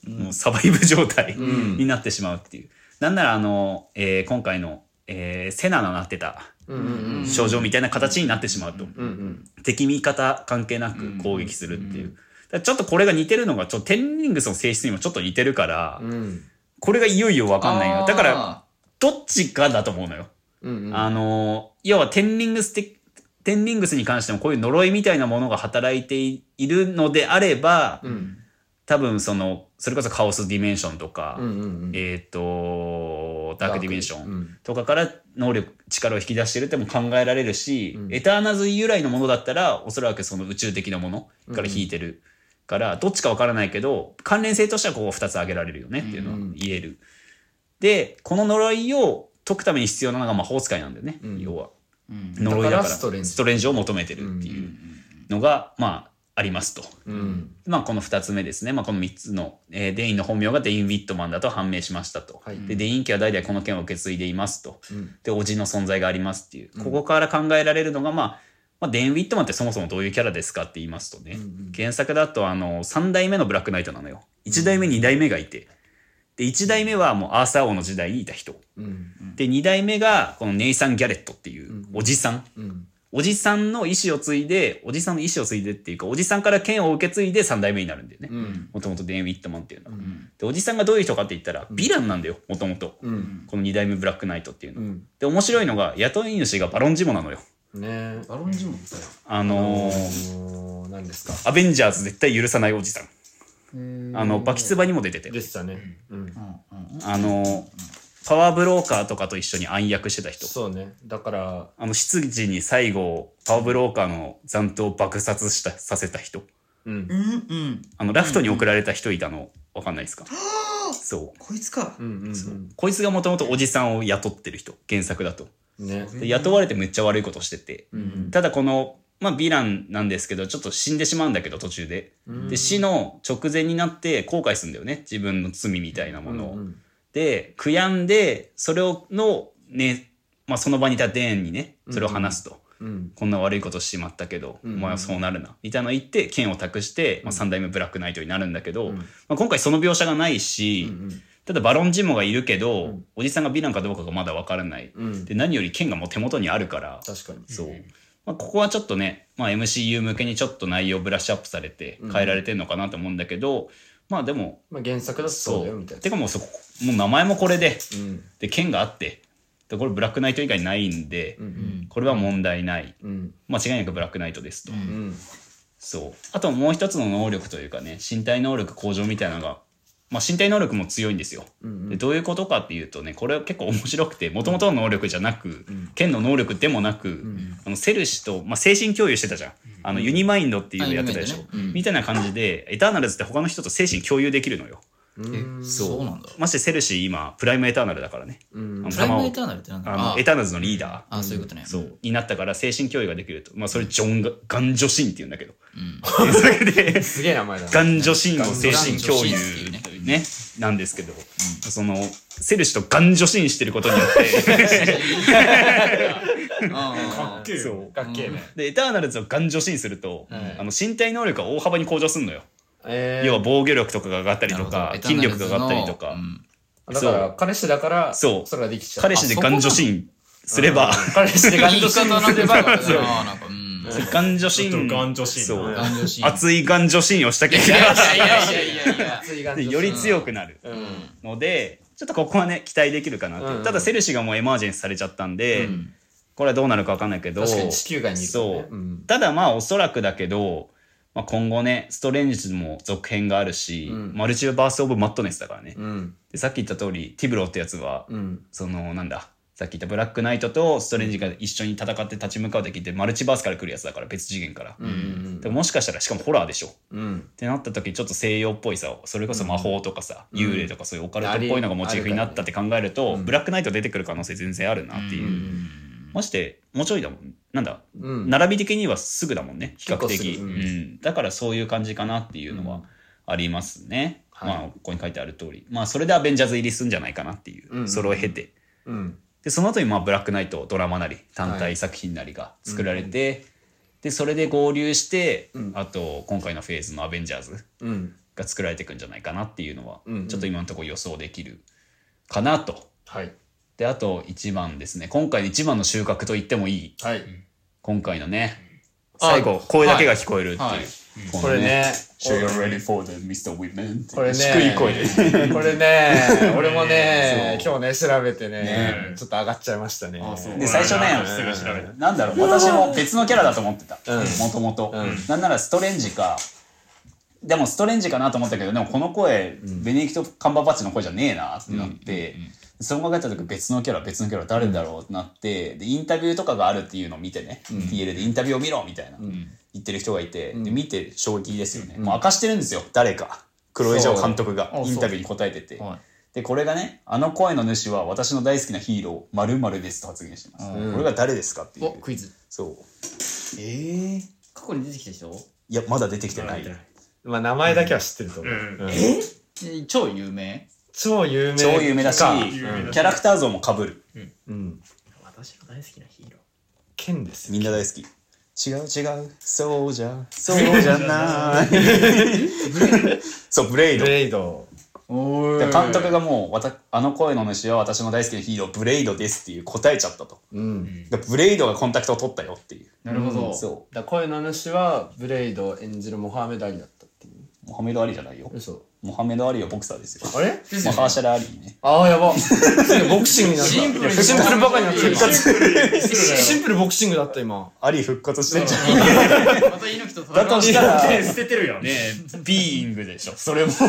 S3: もうサバイブ状態
S1: うん
S3: になってしまうっていう、なんならあの、えー今回の、えーセナのなってた
S1: うんうん
S3: 症状みたいな形になってしまうと、
S1: うんうん
S3: 敵味方関係なく攻撃するっていう。だからちょっとこれが似てるのが、ちょっとテンリングスの性質にもちょっと似てるから、
S1: うん
S3: これがいよいよわかんない
S4: あ
S3: よ。
S4: ー
S3: だから、どっちかだと思うのよ。
S1: うんうん
S3: あの、要はテンリングス的、テンリングスに関してもこういう呪いみたいなものが働いていいるのであれば、
S1: うん
S3: 多分その、それこそカオスディメンションとか、
S1: うんうんうん
S3: えっ、と、ダークディメンション
S1: うん
S3: とかから能力、力を引き出してるっても考えられるし、
S1: うん
S3: エターナズ由来のものだったら、おそらくその宇宙的なものから引いてるから、どっちかわからないけど、関連性としてはこう2つ挙げられるよねっていうのは言える。で、この呪いを解くために必要なのが魔法使いなんだよね、
S1: うん
S3: 要は。
S4: うん
S3: 呪いだから
S1: だからストレンジ
S3: ストレンジを求めてるっていうのが、まあ、ありますと。
S1: うん
S3: まあ、この2つ目ですね、まあ、この3つの、えーデインの本名がデイン・ウィットマンだと判明しましたと、
S1: はい
S3: でデイン家は代々この件を受け継いでいますと
S1: うん
S3: で叔父の存在がありますっていうここから考えられるのが、まあまあ、デイン・ウィットマンってそもそもどういうキャラですかって言いますとね、原作だとあの3代目のブラックナイトなのよ1代目2代目がいてで1代目はもうアーサー王の時代にいた人
S1: うん
S3: で2代目がこのネイサン・ギャレットってい
S1: うん
S3: うおじさん、
S1: うん
S3: おじさんの意思を継いで、おじさんの意思を継いでっていうか、おじさんから剣を受け継いで3代目になるんだよね。
S1: うん
S3: もともとデン・ウィットマンっていうのは、
S1: うん
S3: で、おじさんがどういう人かって言ったら、ヴィランなんだよ、もともと。
S1: うん
S3: この2代目ブラックナイトっていうの
S1: う
S3: は。
S1: ん
S3: で、面白いのが、雇い主がバロンジモなのよ。
S1: ねえ
S4: バロンジモンさ
S3: あのー、
S1: もう何ですか
S3: アベンジャーズ絶対許さないおじさん。あの、バキツ
S4: バ
S3: バにも出てて
S1: で。したねうん
S3: あのー、パワーブローカーとかと一緒に暗躍してた人。
S1: そうねだから
S3: あの、執事に最後、パワーブローカーの残党を爆殺した、させた人。
S1: うん
S4: うんうん
S3: あの、ラフトに送られた人いたの、わかんないですかそう。
S4: こいつか
S1: うんうん
S3: こいつがもともとおじさんを雇ってる人、原作だと。
S1: うんね
S3: で雇われてめっちゃ悪いことしてて。
S1: うん
S3: ただこの、まあ、ヴィランなんですけど、ちょっと死んでしまうんだけど、途中で。で、死の直前になって後悔するんだよね。自分の罪みたいなものを。
S1: うん
S3: で、悔やんで、それを、の、ね、まあ、その場にいたデーンにね、それを話すと。
S1: うん。
S3: こんな悪いことしちまったけど、
S1: うん
S3: お前はそうなるなみたいなの言って剣を託して、まあ、三代目ブラックナイトになるんだけど、
S1: うん
S3: まあ、今回その描写がないし、ただバロンジモがいるけど、
S1: うん
S3: おじさんがヴィランかどうかがまだ分からない、
S1: うん。うん。
S3: で何より剣がもう手元にあるから
S1: 確かに。
S3: そう、まあ、ここはちょっとね、まあ、MCU 向けにちょっと内容ブラッシュアップされて
S1: うん
S3: 変えられてるのかなと思うんだけど、まあでも
S1: まあ原作だとそうだよみたいな。
S3: てかもうそこもう名前もこれで
S1: うん。
S3: で剣があってでこれブラックナイト以外ないんで、
S1: うん。
S3: これは問題ない
S1: うん。
S3: 間違いなくブラックナイトですと、
S1: うん。
S3: そうあともう一つの能力というかね身体能力向上みたいなのが、まあ、身体能力も強いんですよ、
S1: うん
S3: でどういうことかっていうとねこれは結構面白くてもともとの能力じゃなく、剣の能力でもなく、あのセルシと、まあ、精神共有してたじゃん、あのユニマインドっていうのやってたでしょ、
S4: あユニ
S3: みたいな感じでエターナルズって他の人と精神共有できるのよ
S4: えそうなんだ
S3: ましてセルシ今プライムエターナルだからね、
S1: うん
S3: あの
S4: プライムエ
S3: 弾
S4: ターナルってなんだ
S3: をあのエ
S4: あ
S3: ターナルズのリーダー、
S4: あそういうことね
S3: そうになったから精神共有ができると、まあ、それジョンがガンジョシンって言うんだけど、それで
S1: すげえ名前だな。
S3: ガンジョシンの精神共有
S4: ガンジョシンっていう
S3: ねなんですけど、そのセルシとガンジョシンしてることによって
S4: ああ
S6: けえよ
S1: かっけえね。
S3: でエターナルズをガンジョシンすると、
S1: はい
S3: あの身体能力が大幅に向上するのよ、
S1: え
S3: 要は防御力とかが上がったり
S4: なる
S3: と
S4: ほど
S3: か
S4: エター
S3: 筋
S4: ナル
S3: 力
S4: ズ
S3: が
S4: の
S3: 上がったりとか、
S4: うん
S1: だから、彼氏だから、
S3: そう
S1: それができちゃう。
S3: 彼氏でガンジョシンすれば
S1: 彼氏でガン
S4: 言い
S1: ジョシン
S4: 方なん
S1: す
S4: て
S1: れ
S4: ば
S1: ば
S4: っ、かだななんかうん
S3: ガンジョシ
S6: ちょっ
S3: ン
S6: とガンジョシ ン
S3: そう
S4: ガンジョシン
S3: 熱いガンジョシンをした結
S4: いや
S3: 果
S4: いやいやいやいや
S1: 熱いガン ジョシン
S3: より強くなる
S1: うん。
S3: のでちょっとここはね期待できるかなって、
S1: うん
S3: ただセルシがもうエマージェンスされちゃったんで、
S4: うん
S3: これはどうなるか分かんないけど
S1: 確かに地球外にいるからね
S3: そう、
S1: うん
S3: ただまあおそらくだけど、まあ、今後ねストレンジも続編があるし、
S1: うん
S3: マルチバース・オブ・マットネスだからね、
S1: うん。
S3: でさっき言った通りティブロってやつは、
S1: うん。
S3: そのなんださっき言ったブラックナイトとストレンジが一緒に戦って立ち向かう時ってマルチバースから来るやつだから別次元から、
S1: うん
S3: でももしかしたらしかもホラーでしょっ
S1: うん。
S3: てなった時ちょっと西洋っぽいさそれこそ魔法とかさ、
S1: ん
S3: 幽霊とかそういうオカルトっぽいのがモチーフになったって考えると、
S1: うん
S3: ブラックナイト出てくる可能性全然あるなっていう、ましてもうちょいだもんなんだ
S1: うん。
S3: 並び的にはすぐだもんね比較的、
S1: 結構すぐ
S3: う
S1: うんん
S3: だからそういう感じかなっていうのはありますね、
S1: はい
S3: まあここに書いてある通りまあそれでアベンジャーズ入りすんじゃないかなっていう、
S1: うん
S3: それを経て
S1: うん。
S3: でその後にまあブラックナイトドラマなり単体作品なりが作られて、でそれで合流して、
S1: うん
S3: あと今回のフェーズの「アベンジャーズ
S1: うん。」
S3: が作られていくんじゃないかなっていうのは、
S1: うん
S3: ちょっと今のところ予想できるかなと。
S1: はい。
S3: であと一番ですね今回の一番の収穫と言ってもいい
S1: はい。
S3: 今回のね
S1: あ
S3: 最後声だけが聞こえるっていう、
S4: はいはい
S3: こ
S1: こ
S3: の
S1: れね、
S3: So you're ready for the Mr. Women?
S1: これね、
S3: 低い声 で。
S1: これね、俺もね、今日ね、調べてね、ちょっと上がっちゃいましたね。
S3: で最初ね
S6: すぐ調べた
S3: なんだろう私も別のキャラだと思ってた
S1: うん
S3: もともと
S1: うん
S3: なんならストレンジかでもストレンジかなと思ったけどでもこの声、ベネディクト・カンバーバッチの声じゃねえなってなって、そう考えた時別のキャラ別のキャラ誰だろうってなってでインタビューとかがあるっていうのを見てね、TL でインタビューを見ろみたいな、言ってる人がいてで見て衝撃ですよね、もう明かしてるんですよ誰か黒江城監督が
S4: そう
S3: インタビューに答えてて、
S4: はい
S3: でこれがねあの声の主は私の大好きなヒーロー〇〇ですと発言してます、これが誰ですかっていう
S4: おクイズ
S3: そう
S4: 過去に出てきた人
S3: いやまだ出てきてない
S1: まあ、名前だけは知ってると思う。うん
S4: え超有名
S1: 超有名。
S3: 超有名だし、
S1: か
S3: キャラクター像もかぶる
S1: うん。
S5: 私の大好きなヒーロー。
S1: 剣ですよ。
S3: みんな大好き違う違うそうじゃそうじゃないそうブレイド
S1: ブレイド。
S4: お
S3: で監督がもうわたあの声の主は私の大好きなヒーローブレイドですっていう答えちゃったと
S1: うん。
S3: でブレイドがコンタクトを取ったよっていう
S4: なるほど
S3: そ
S1: だ声の主は、ブレイドを演じるモハメド・アリだったっていう。
S3: うモハメド・アリじゃないよ
S1: 嘘。
S3: モハメド・アリはボクサーですよ
S1: あれ
S4: です
S3: マ
S4: よね
S3: ハーシャラ・アリーね
S1: ああ、やば。ボクシングになった。シンプルシンプルバカになった。今シンプルボクシングだった、今。
S3: アリー復活してんじゃん
S4: また猪木と
S3: だ
S4: 戦
S3: と
S4: う
S3: したらね
S6: 捨ててるやん
S3: ビーイングでしょそれも
S1: シン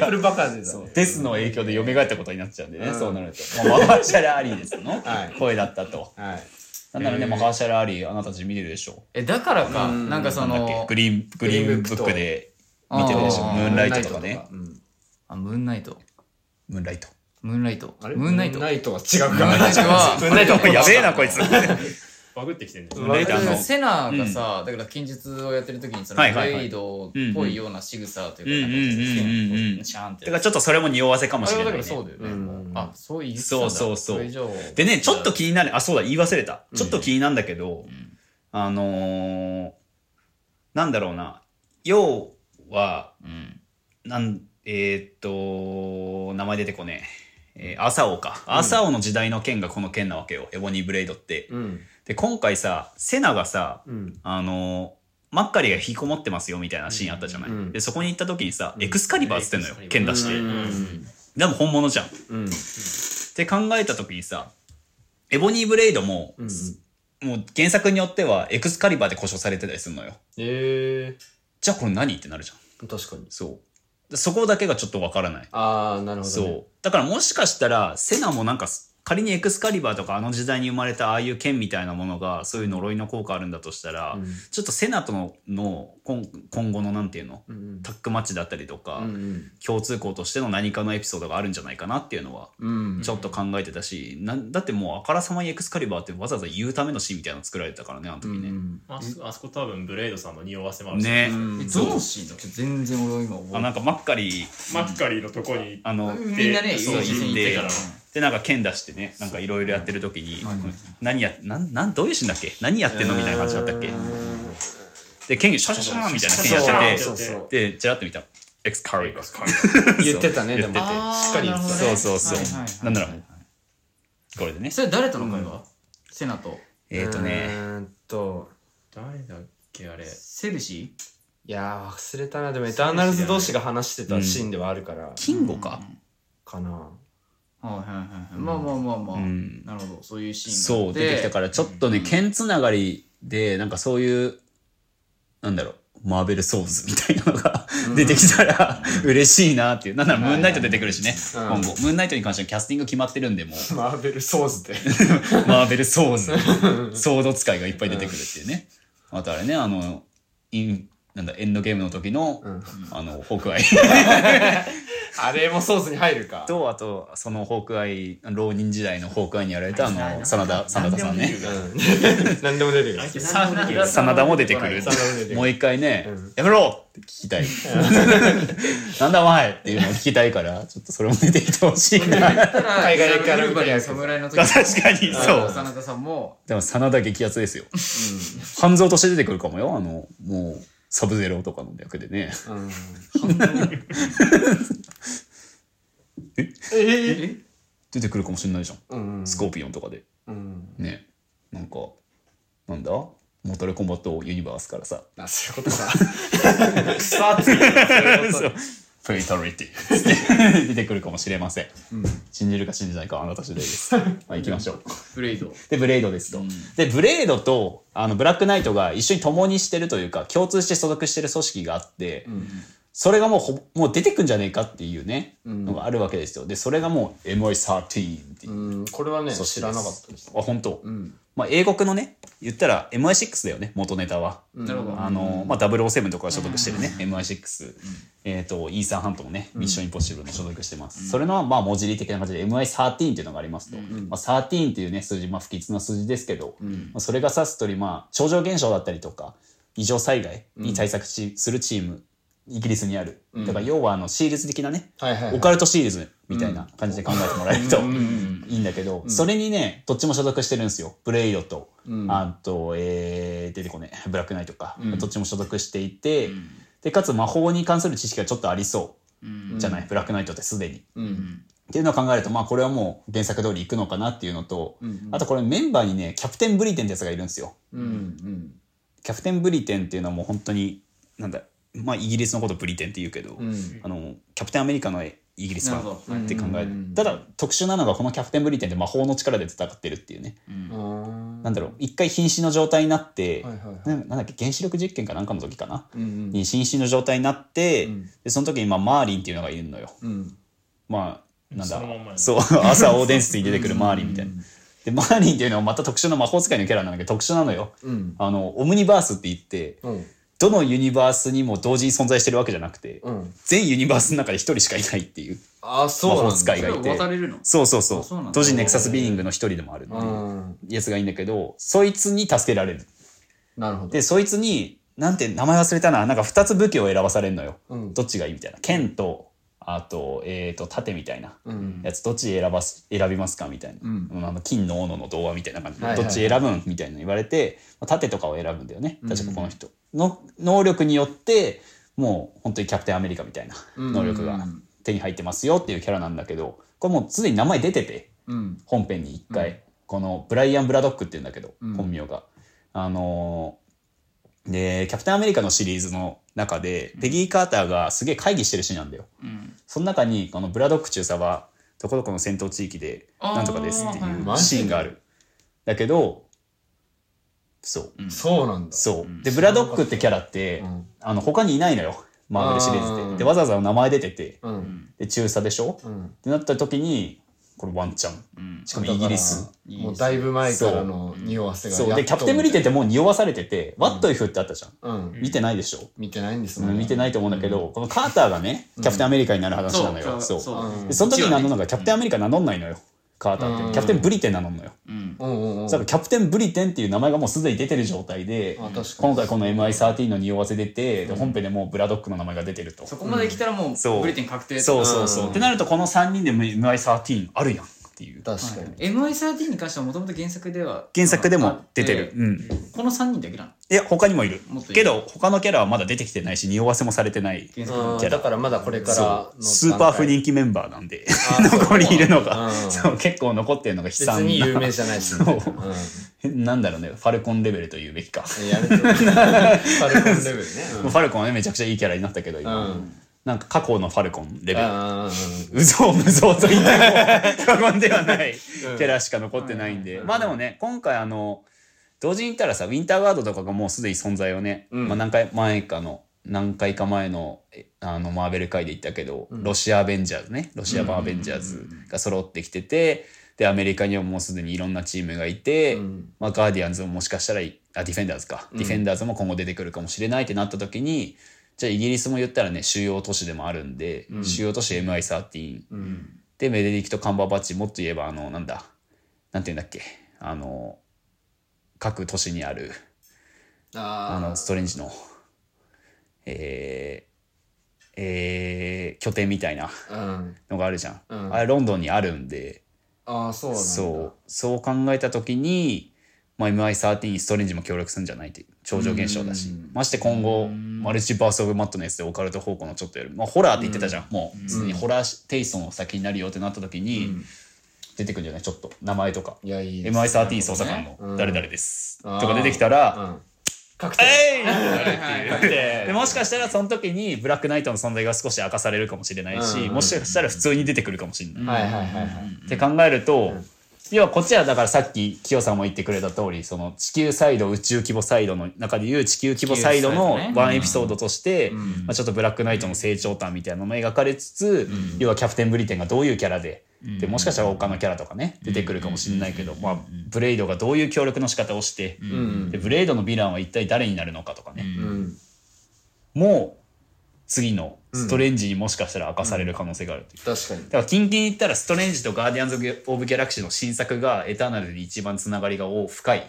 S1: プルバカでだ。
S3: デスの影響で蘇ったことになっちゃうんでね、そうなると、まあ、マハーシャラ・アリーですの
S1: はい
S3: 声だったと
S1: はい。
S3: なんならね、マハーシャラ・アリーあなたたち見てるでしょ
S4: えだからかなんかそ
S3: なんだっけ
S4: の
S3: グリーングリーンブックで見てるでしょ
S4: あー
S3: ムーンライトとかね
S1: うん。
S4: あムーンナイト
S3: ムーンライト
S4: ムーンライト
S1: あれ
S4: ムーンナイト
S1: ムーンライトは違う
S4: ムーン
S1: か
S4: ナイトは
S1: ムーンライトは
S3: やべえなこいつ
S6: バグってきてんじゃん
S3: ムーンライトあの
S4: セナがさ、だから剣術をやってる時にその
S3: はい
S4: ブ
S3: はいはい
S4: レイドっぽいような仕草というか、
S3: うんうんうんうんうん
S4: なんかこうシャーンって
S3: だ
S4: や
S3: から
S4: る。
S3: ちょっとそれも匂わせかも
S4: あ
S3: し
S4: れ
S3: れ
S4: は
S3: ない、
S4: だか
S3: ね、
S4: らそうだよね。
S1: うん
S4: あ、そう言ってたん
S3: そ
S4: だ
S3: うそうそう
S4: れ以上
S3: でねちょっと気になるあそうだ言い忘れた、ちょっと気になるんだけど、あのーなんだろうな要は
S4: うん。
S3: なんえーっと名前出てこねえ、えー、アサオか、アサオの時代の剣がこの剣なわけよエボニー・ブレイドって、
S1: うん。
S3: で今回さセナがさ
S1: うん。
S3: あのマッカリが引きこもってますよみたいなシーンあったじゃない、
S1: うん
S3: でそこに行った時にさ、
S5: うん
S3: エクスカリバーっつってんのよ
S5: エクスカリ
S3: 剣
S5: バ
S3: 出
S5: ー
S3: して、
S1: うん。
S3: でも本物じゃんっ
S1: うん。
S3: て考えた時にさエボニー・ブレイドも、
S1: うん。
S3: もう原作によってはエクスカリバーで故障されてたりするのよ
S1: え
S3: じゃあこれ何ってなるじゃ
S1: ー、
S3: ん
S1: 確かに。
S3: そうでそこだけがちょっとわからない
S1: ああ、なるほど、ね。
S3: そう。だからもしかしたら、セナもなんか、仮にエクスカリバーとかあの時代に生まれたああいう剣みたいなものがそういう呪いの効果あるんだとしたら、
S1: うん
S3: ちょっとセナとのの今今後のなんていうの
S1: うん
S3: タッグマッチだったりとか、
S1: うん。うん
S3: 共通項としての何かのエピソードがあるんじゃないかなっていうのは
S1: うん。
S3: ちょっと考えてたし、なんだってもうあからさまにエクスカリバーってわざわざ言うためのシーンみたいなの作られてたからねあの
S1: う
S3: 時ね、
S1: ん。
S6: あそあそこ多分ブレイドさんの匂わせもあるし
S3: ね、
S1: うん
S4: え、どのシーンだっけ全然俺は今覚
S3: あ
S4: え
S3: なんかマッカリ
S6: マッカリーのとこに
S3: あの、
S4: てない。みんなね、
S6: そう
S4: 一緒に行ってから。
S3: でなんか剣出してねなんかいろいろやってる時に、何やなんなんどういうシーンだっけ何やってんのみたいな感じだったっけで剣シャシャシャーンみたいな剣やって
S1: そ
S6: そうう
S1: そう。
S3: てでちらっと見たらエクスカリバー
S1: 言ってたね、で
S3: 言っ
S1: も。
S3: てて
S1: しっかり言ってた。
S3: そ
S4: あーなるほどね
S3: うそうそう、
S4: はいはいはい
S3: なんだろうこれでね
S4: それ誰との会話セナと。
S3: えっ、ー、と
S1: う
S3: ね
S1: ーんと、
S6: 誰だっけあれ
S4: セルシー
S1: いやー、忘れたな。でも、エターナルズ同士が話してたシーンではあるから、
S3: キンゴか、
S1: かな。
S4: はいはいはいはい。まあまあまあまあ。
S3: うん
S4: なるほど。そういうシーン。
S3: そう出てきたかららちょっとね、剣つながりでなんかそういうなんだろうマーベルソーズみたいなのが出てきたら嬉しいなっていうなんならムーンナイト出てくるしね、
S1: うん
S3: 今後ムーンナイトに関してはキャスティング決まってるんでもう
S1: マーベルソースで。
S3: マーベルソーズ、 ソード使いがいっぱい出てくるっていうね。あとあれね、あの、イン、なんだ、エンドゲームの時の、
S1: ん
S3: あの、ホークアイ
S1: あれもソースに入るか。
S3: と、あと、そのホークアイ、浪人時代のホークアイにやられた、あ
S5: はいはいは
S3: の、
S5: い
S3: 真田、真田さんね。
S1: うん。何でも出てくる。
S5: 何でもできる
S3: 真田も出てくる
S1: 真田も出てく。る
S3: もう一回ね、
S1: うん
S3: やめろって聞き たい。なんだお前っていうのを聞きたいから、ちょっとそれも出てきてほしい な。
S4: ただ、
S1: 海外から
S4: ルーバリーの侍の時
S3: 確かに そう
S4: 真田さんも、
S3: でも、真田激アツですよ。半蔵として出てくるかもよ。あの、もう、サブゼロとかの役でね。
S1: うん。
S4: え
S3: 出てくるかもしれないじゃん。
S1: うん。
S3: スコーピオンとかで。
S1: うん。
S3: ねなんかなんだモータルコンバットユニバースからさ
S1: あ、そういうことか。
S3: フェイタリテ ィ出てくるかもしれません、信じるか信じないかはあなた次第で すまあ行きましょう
S4: ブレイド。
S3: でブレイドですと、でブレイドとあのブラックナイトが一緒に共にしてるというか共通して所属してる組織があって、それがもうほもう出てくんじゃねえかっていうね、のがあるわけですよでそれがもう MI13 っていう
S1: うん。これはね、
S3: 組織です
S1: 知らなかったです。
S3: あ本当、
S1: ん
S3: まあ英国のね言ったら MI6 だよね元ネタは、
S4: なるほど。
S3: あのまあ、007とかが所属してるね、MI6、えー、とイーサン・ハントもね、ミッション・インポッシブルに所属してます、それの、まあ、文字入り的な感じで MI13 っていうのがありますと、まあ、13っていうね数字、まあ、不吉な数字ですけど、まあ、それが指すとり、まあ、超常現象だったりとか異常災害に対策し、するチームイギリスにある、だから要はあのシールズ的なね、
S1: はいはいはい
S3: オカルトシールズみたいな感じで考えてもらえるといいんだけど、それにねどっちも所属してるんですよブレイドと、あと、えー出てこねえブラックナイトか、どっちも所属していて、でかつ魔法に関する知識がちょっとありそう、じゃないブラックナイトってすでに。っていうのを考えると、まあこれはもう原作通りいくのかなっていうのと、あとこれメンバーにね、キャプテンブリテンってやつがいるんですよ。キャプテンブリテンっていうのはもう本当に、なんだ、まあイギリスのことブリテンって言うけど、あの、キャプテンアメリカのイギリス版
S4: なるほど
S3: って考える。ただ特殊なのがこのキャプテンブリテンって魔法の力で戦ってるっていうね。
S1: うん
S3: なんだろう、一回瀕死の状態になって、
S1: はいはいは
S3: ななんだっけ、原子力実験かなんかの時かな。
S1: うん
S3: に瀕死の状態になって、でその時にまあマーリンっていうのがいるのよ。
S1: うん。
S3: まあなんだ
S6: そのまんまや
S3: そう 朝オーデンスに出てくるマーリンみたいな。でマーリンっていうのはまた特殊な魔法使いのキャラなんだけど特殊なのよ。
S1: うん。
S3: あのオムニバースって言って
S1: うん。
S3: どのユニバースにも同時に存在してるわけじゃなくて、
S1: うん。
S3: 全ユニバースの中で一人しかいないっていう
S1: あ、
S3: 魔
S1: そう
S3: 法
S1: なんだ。。
S3: 使い
S4: そ
S3: が
S4: れを
S3: いて
S4: 渡れるの
S3: そうそうそう
S4: あそうなんだ
S3: 同時にネクサスビーイングの一人でもあるっていううんやつがいいんだけどそいつに助けられる
S1: なるほど。
S3: でそいつになんて名前忘れたななんか2つ武器を選ばされるのよ、
S1: うん
S3: どっちがいいみたいな剣とあと,、えー、と盾みたいな
S1: うん
S3: やつどっち選ばす選びますかみたいな、
S4: うん
S3: うんあの金の斧の童話みたいな感じで、
S1: はいはい
S3: どっち選ぶんみたいなの言われて、まあ、盾とかを選ぶんだよね
S1: うん
S3: 確かこの人の能力によってもう本当にキャプテンアメリカみたいな能力
S4: うんう
S3: が
S4: ん
S3: 手に入ってますよっていうキャラなんだけどこれもうすでに名前出てて
S4: うん
S3: 本編に一回、
S4: うん
S3: このブライアン・ブラドックっていうんだけど、
S4: うん
S3: 本名が。あのーでキャプテンアメリカのシリーズの中でペギー・カーターがすげえ会議してるシーンなんだよ。
S4: うん
S3: その中にこのブラドック中佐はどこどこの戦闘地域で
S4: あー
S3: なんとかですってい
S4: はいは
S3: う
S1: い
S3: シーンがある。だけどそう
S4: うん
S1: そうなんだ。
S3: そう。でブラドックってキャラって、
S1: うん
S3: あの他にいないのよマーベルシリーズ
S1: あ
S3: で。
S1: ー
S3: でわざわざ名前出てて
S1: う。
S4: うんん
S3: で中佐でしょ
S1: う
S3: っ
S1: ん。
S3: てなった時にこれワンチャン
S4: うん
S3: しかもイギリ
S1: だか
S3: ス。
S1: らもうだいぶ前からの匂わせが
S3: そうでキャプテン・ブリテンってもう匂わされてて「What if」ってあったじゃん、
S1: うん。
S3: 見てないでしょ、
S1: 見てないんです
S3: うん
S1: ね。
S3: 見てないと思うんだけど、このカーターがねキャプテンアメリカになる話なのよ、そう
S1: う
S4: うん
S3: でその時に名乗るのが
S4: 一応ね
S3: キャプテンアメリカ名乗んないのよ、カーターって、
S1: うん
S3: キャプテンブリテン名乗んのよ、
S4: うん
S1: うんうんうん。
S3: だからキャプテンブリテンっていう名前がもうすでに出てる状態で
S1: あ確かに
S3: 今回この MI13 の匂わせ出て、で本編でもうブラドックの名前が出てると、
S4: そこまで来たらも
S3: そう
S4: うブリテン確定
S3: そうそうそう、
S1: うん
S3: ってなるとこの3人で MI13 あるやんっていう
S1: 確かに。
S4: MI13 に関してはもともと原作では
S3: 原作でも出て
S4: あっ
S3: る、うん
S4: この3人だけなの
S3: いや他にもいる
S4: もっといる
S3: けど他のキャラはまだ出てきてないし匂わせもされてない
S4: 原作
S1: うん
S3: キャラ
S1: だからまだこれからの
S3: そうスーパー不人気メンバーなんで残りいるのが、
S1: うん
S3: そう結構残ってるのが悲
S1: 別
S3: 惨
S1: に有名
S3: な
S1: じゃないし。
S3: そう
S1: うん。
S3: なんだろうねファルコンレベルというべきか、
S1: やると。パルコンレベルね。
S3: ファルコンはねめちゃくちゃいいキャラになったけど
S1: う
S3: 今、
S1: ん。うん。
S3: なんか過去のファルコンレベル
S1: あ
S3: うぞうむぞうと言っても過言ではないキャラしか残ってないんで、まあでもね今回あの同時に言ったらさウィンターガードとかがもうすでに存在をね、
S1: うん
S3: まあ、何回前かの何回か前のえあのマーベル界で言ったけど、ロシアアベンジャーズねロシア版アベンジャーズが揃ってきててでアメリカにはもうすでにいろんなチームがいて、
S1: うん
S3: まあ、ガーディアンズももしかしたらいあディフェンダーズか、ディフェンダーズも今後出てくるかもしれないってなった時にじゃあイギリスも言ったらね主要都市でもあるんで、主要都市 MI13、
S1: ーうん。
S3: でメデリクト・カンバーバッチもっと言えばあのなんだなんて言うんだっけあの各都市にあるあ
S1: あ
S3: のストレンジのえー、えー、拠点みたいな
S1: あ。うん。
S3: のがあるじゃん、
S1: うん
S3: あれロンドンにあるんで
S1: ああ、そうなんだ。
S3: そうそう考えた時に、まあ、MI13 ストレンジも協力するんじゃないっていう超常現象だしまして今後マルチバース・オブ・マットネスでオカルト方向のちょっとやる、まあ、ホラーって言ってたじゃん、もうすでにホラーテイストの先になるよってなった時に、出てくるんじゃないちょっと名前とか
S1: いや、いいです。
S3: MI13 捜査官の誰々です、とか出てきた
S1: う
S3: ら
S1: ん。確
S3: 「え
S1: 定。
S3: い!」ってなるっていうでもしかしたらその時にブラックナイトの存在が少し明かされるかもしれないし、
S1: うん
S3: もしかしたら普通に出てくるかもしれない。
S1: はいはいはいはい。
S3: って考えると、要はこっちはだからさっき清さんも言ってくれた通りその地球サイド宇宙規模サイドの中でいう地球規模サイドの
S4: 地球サイドね
S3: ワンエピソードとして、まあ、ちょっとブラックナイトの成長譚みたいなのも描かれつつ、要はキャプテンブリテンがどういうキャラで。でもしかしたら他のキャラとかね出てくるかもしれないけど、まあ、ブレイドがどういう協力の仕方をして、
S1: うん
S3: で。ブレイドのヴィランは一体誰になるのかとかね、
S1: うん。
S3: もう次のストレンジにもしかしたら明かされる可能性があるという
S1: 確かに。
S3: だから近々に言ったらストレンジとガーディアンズ・オブ・ギャラクシーの新作がエターナルで一番つながりが多深い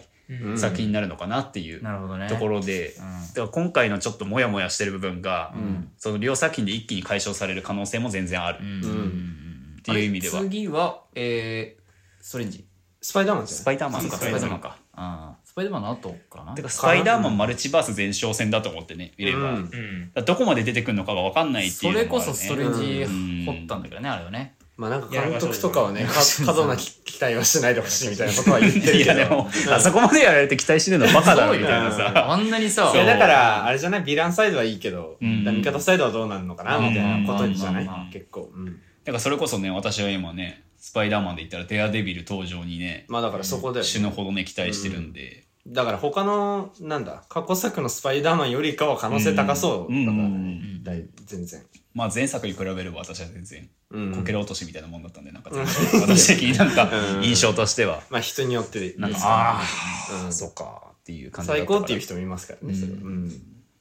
S3: 作品になるのかなっていう
S4: なるほどね
S3: ところで、だから今回のちょっとモヤモヤしてる部分が、その両作品で一気に解消される可能性も全然あるっ
S1: うん。
S3: ていう意味では、
S4: あれ次はえーストレンジ
S1: スパイダーマンじゃ
S3: ス
S1: ない
S3: パイダーマンとかス
S6: ス
S3: パ
S6: パ
S3: イダ
S6: イダ
S3: ー
S6: ー
S3: マ
S6: マ
S3: ンか。
S4: あースパイダーマンの後かな
S3: てかスパイダーマンマルチバース前哨戦だと思ってね見れば、
S1: う
S3: だか
S1: ん。
S6: うん。
S3: らどこまで出てくるのかが分かんないってい
S4: そう
S3: のもあ
S4: れ
S3: る、ね、
S4: こそストレンジ掘ったんだけどねあれはね
S1: まあなんか監督とかはね、か過度な期期待はしないでほしいみたいなことは言ってる
S3: い
S1: け
S3: や
S1: ど。
S3: でも、あそこまでやられて期待してるのはバカだろみたいなさ、
S4: あんなにさ
S3: そう
S1: いやだから、あれじゃないヴィランサイドはいいけど、
S3: うん
S1: 味方サイドはどうなるのかなみたいなことにじゃな
S4: まあまあまあ
S1: い
S4: まあ
S1: 結構。うん
S3: だからそれこそね私は今ねスパイダーマンで言ったらデアデビル登場にね
S1: まあだからそこで、
S3: 死ぬほどね期待してるんで、
S1: だから他の、なんだ、過去作のスパイダーマンよりかは可能性高そうだから
S3: うんうんう
S1: ね。だい全然。
S3: まあ前作に比べれば私は全然
S1: うん
S3: こけら落としみたいなもんだったんでなんか全然私的になんか
S1: うん
S3: 印象としては
S1: まあ人によってです
S3: なんか
S1: か
S3: ああ、
S1: うん
S3: そうかっていう感じだった
S1: 最
S3: から
S1: 高っていう人もいますからね、それは。うん。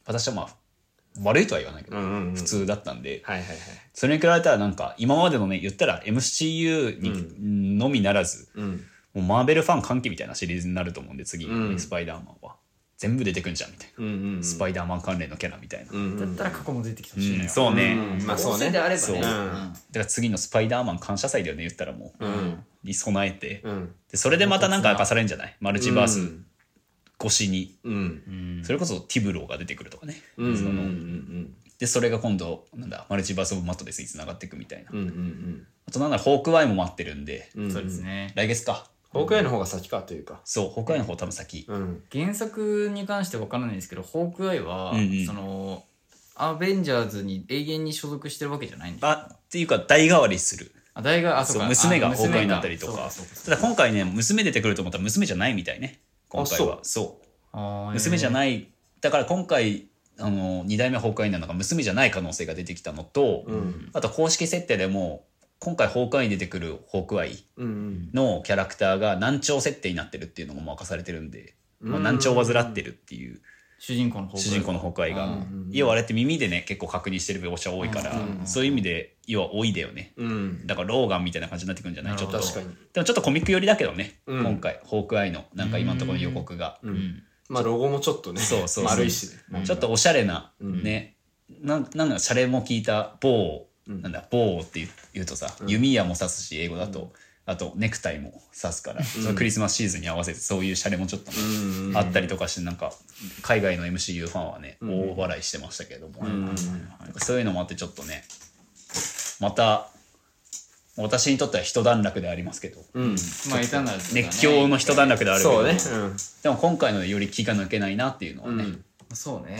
S3: 私はまあ悪いとは言わないけど、
S1: うんうんうん
S3: 普通だったんで、
S1: はいはいはい。
S3: それに比べたらなんか今までのね言ったら MCU に、のみならず
S1: うん。
S3: もうマーベルファン歓喜みたいなシリーズになると思うんで次、
S1: うん
S3: スパイダーマンは全部出てくんじゃんみたいな、
S1: うんうんうん
S3: スパイダーマン関連のキャラみたいな、
S1: うんうん
S5: だったら過去も出てきてほしいね、
S3: うんそうね、
S1: うん
S3: だ
S1: まあそう
S4: 音声
S1: ね
S4: であれば
S3: そう
S4: ね。
S3: から次のスパイダーマン感謝祭だよね言ったらもう、
S1: うん
S3: に備えて、
S1: うん
S3: でそれでまたなんか明かされるんじゃないマルチバース越しに、
S1: うん
S4: うん
S3: それこそティブローが出てくるとかね、
S1: うんうん
S3: そ
S1: うん
S3: のでそれが今度なんだマルチバース・オブ・マットレスに繋がっていくみたいな、
S1: うんうんうん
S3: あとなんだろうホークアイも待ってるんで、
S1: うん
S4: そうですね。
S3: 来月か
S1: ホークアイの方が先かというか
S3: そうホークアイの方多分先、
S1: うん
S4: 原作に関してわからないんですけど、ホークアイは、
S3: うんうん
S4: その、アベンジャーズに永遠に所属してるわけじゃないんでしょ
S3: あっていうか代替わりする
S4: あ、大学、あ、
S3: そう
S4: そうか。
S3: 娘が
S4: あ
S3: 崩壊になったりとか
S4: 娘がそうかそ
S3: ただ今回ね娘出てくると思ったら娘じゃないみたいね今回はそう
S4: うかあー
S3: 娘じゃ
S4: え
S3: ないだから今回あの2代目崩壊なのが娘じゃない可能性が出てきたのと、
S1: うん
S3: あと公式設定でも今回崩壊に出てくるホークアイ
S1: うんうん
S3: のキャラクターが難聴設定になってるっていうのも明かされてるんで、まあ、
S1: うん
S3: 難聴を患ってるっていう
S4: ー主人公のホークアイ
S3: 主人公の崩壊が、
S1: うん
S3: 要はあれって耳でね結構確認してる描写多いから、
S1: うん
S3: そういう意味で要は多いだよね
S1: うん
S3: だからローガンみたいな感じになってくるんじゃない
S4: な
S3: ち
S4: る
S3: ょっ
S4: ほ
S3: と
S4: ど
S1: 確かに
S3: でもちょっとコミック寄りだけどね、
S1: うん
S3: 今回ホークアイのなんか今のところの予告が、
S1: う
S4: うんん。
S1: まあロゴもちょっとね
S3: そうそうそう
S1: 丸いしね
S4: うん
S3: ちょっとおしゃれな、
S1: うん
S3: ねなんなんかシャレも効いた棒、
S1: うん
S3: なんだ棒って言う言うとさ、
S1: ん
S3: 弓矢も刺すし英語だと、あとネクタイも刺すから、そのクリスマスシーズンに合わせてそういうシャレもちょっとね、
S1: うん
S3: あったりとかしてなんか海外の MCU ファンはね、
S1: ん
S3: 大笑いしてましたけれども、
S1: うんうん
S3: なんかそういうのもあってちょっとねまた私にとっては一段落でありますけど
S1: うん
S4: まあ、いたなら、
S3: 熱狂の一段落ではあるけ
S1: そ
S3: ど、
S1: うね
S3: でも今回のでより気が抜けないなっていうのは
S1: うんう
S3: ね、
S1: ん
S4: そうね。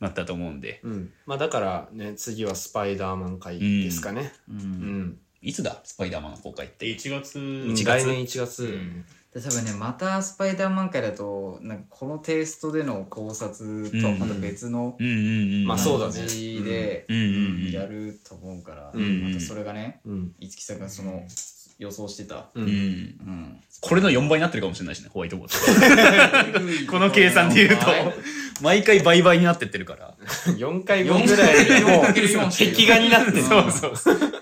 S3: なったと思うんで
S1: うんまあだからね次はスパイダーマン会ですかね
S4: う。
S1: うんん
S3: いつだスパイダーマンの公開って
S6: で1月
S1: 来年1月
S4: で多分ね、またスパイダーマン界だと、なんかこのテイストでの考察とはまた別の
S3: うんうんうん
S1: まあそうだね
S4: 感じで
S3: うんうんうんうん
S4: やると思うから、
S1: うん
S4: またそれがね、
S1: うん
S4: 五木さんがその予想してた。
S1: う
S3: うんん
S4: うん。
S3: これの4倍になってるかもしれないしねホワイトボードこの計算で言うと毎回倍々になってってるから
S1: 4回分
S4: 4
S1: ぐ
S4: ぐ
S1: ら
S4: ら
S1: い
S4: い、もう、
S1: 壁画になってる
S4: そう
S3: そうそうだか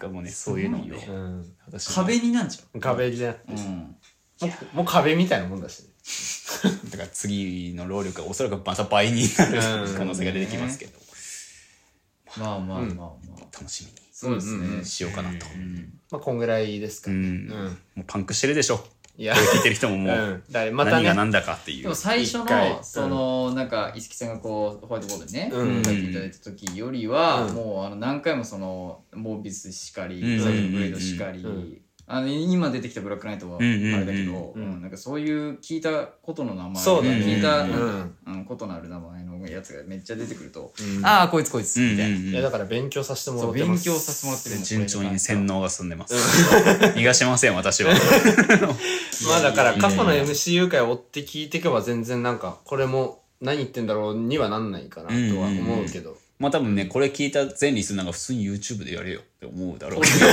S3: らもうねそういうのもね
S1: うん
S3: 私
S4: 壁になんじゃ
S1: 壁じゃなくて
S4: う。うん。
S1: もうもう壁みたいなもんだしね
S3: だから次の労力がおそらくまた倍になる可能性が出てきますけど
S4: まあまあまあまあ。
S3: 楽しみ
S4: そうですね。
S3: にしようかなと
S1: まあこんぐらいですか
S3: う
S1: ね
S3: ん
S1: うん
S3: もうパンクしてるでしょ
S1: いや
S3: 聞いてる人も
S1: う
S3: もうん
S1: だからまた
S3: 何が
S1: ね
S3: 何だかってい
S4: で
S3: う
S4: も最初
S1: 一回
S4: のそのなんか五木さんがこうホワイトボードにね
S1: うん
S4: 書いていただいた時よりは
S1: うん
S4: もうあの何回もそのモービスしかり
S3: うん
S4: ザ・ブレードしか
S1: うんうんう
S4: りあの今出てきたブラックナイトはあれだけど
S1: うんうんうん
S4: うんなんかそういう聞いたことの名前
S1: そうだね
S4: 聞いた
S1: う
S4: なんか
S1: ん
S4: うんことのある名前のやつがめっちゃ出てくると
S1: うん
S4: ああこいつこい
S3: う
S4: つ
S3: んうん
S4: みたいな
S1: いうや
S3: ん
S1: だから勉強させても
S4: そ
S1: らっ
S4: う
S1: て
S4: 勉
S1: ます
S4: 強させてもらってるもん
S3: 順調に洗脳が進んでます
S1: うん。
S3: 逃がしません、私は。
S1: まあだから過去の MCU 回を追って聞いていけば全然なんかこれも何言ってんだろうにはなんないかなとは思うけど
S3: まあ多分ね、これ聞いた全リスナーが普通に YouTube でやれよって思うだろう。
S4: な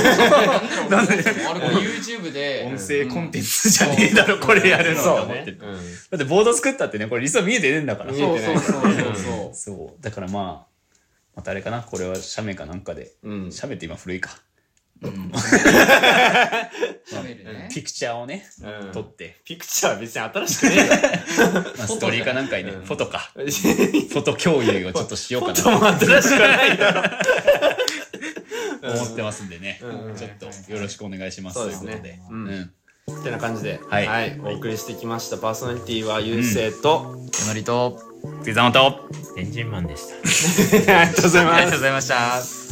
S4: んであれこれ YouTube で
S3: 音声コンテンツじゃねえだろ、これやるのって
S1: そう
S3: 思っ
S1: ね
S3: てる。だってボード作ったってね、これ実は見えてねえんだから。
S1: 見え
S4: そう
S1: て
S4: そ
S1: な
S4: う
S1: い
S4: そうそうそう
S3: そう。だからまあ、またあれかな、これは写メかなんかで。
S1: うんうん
S3: 写メって今古いか。
S4: 喋るね
S3: ピクチャーをね、
S1: うん
S3: 撮って。
S1: ピクチャーは別に新しくね
S3: まあストーリーかなんかにね、
S1: うん
S3: フォトか。
S1: えよ
S3: フォト共有をちょっとしようかな
S1: もう新しくはないだろ
S3: と思ってますんでね。ち
S1: うん
S3: ょっとよろしくお願いします。
S1: そうで
S3: という
S1: す
S3: こ
S1: ね
S3: とで。う
S1: うん
S3: ん。
S1: ってな感じで、
S3: はい
S1: お送りしてきましたパーソナリティは優勢と、
S4: 手乗りと
S3: 次ざまと。
S5: エンジンマンでした
S1: ありがとうござい
S4: あり
S1: ま
S4: がとう
S1: す
S4: ございました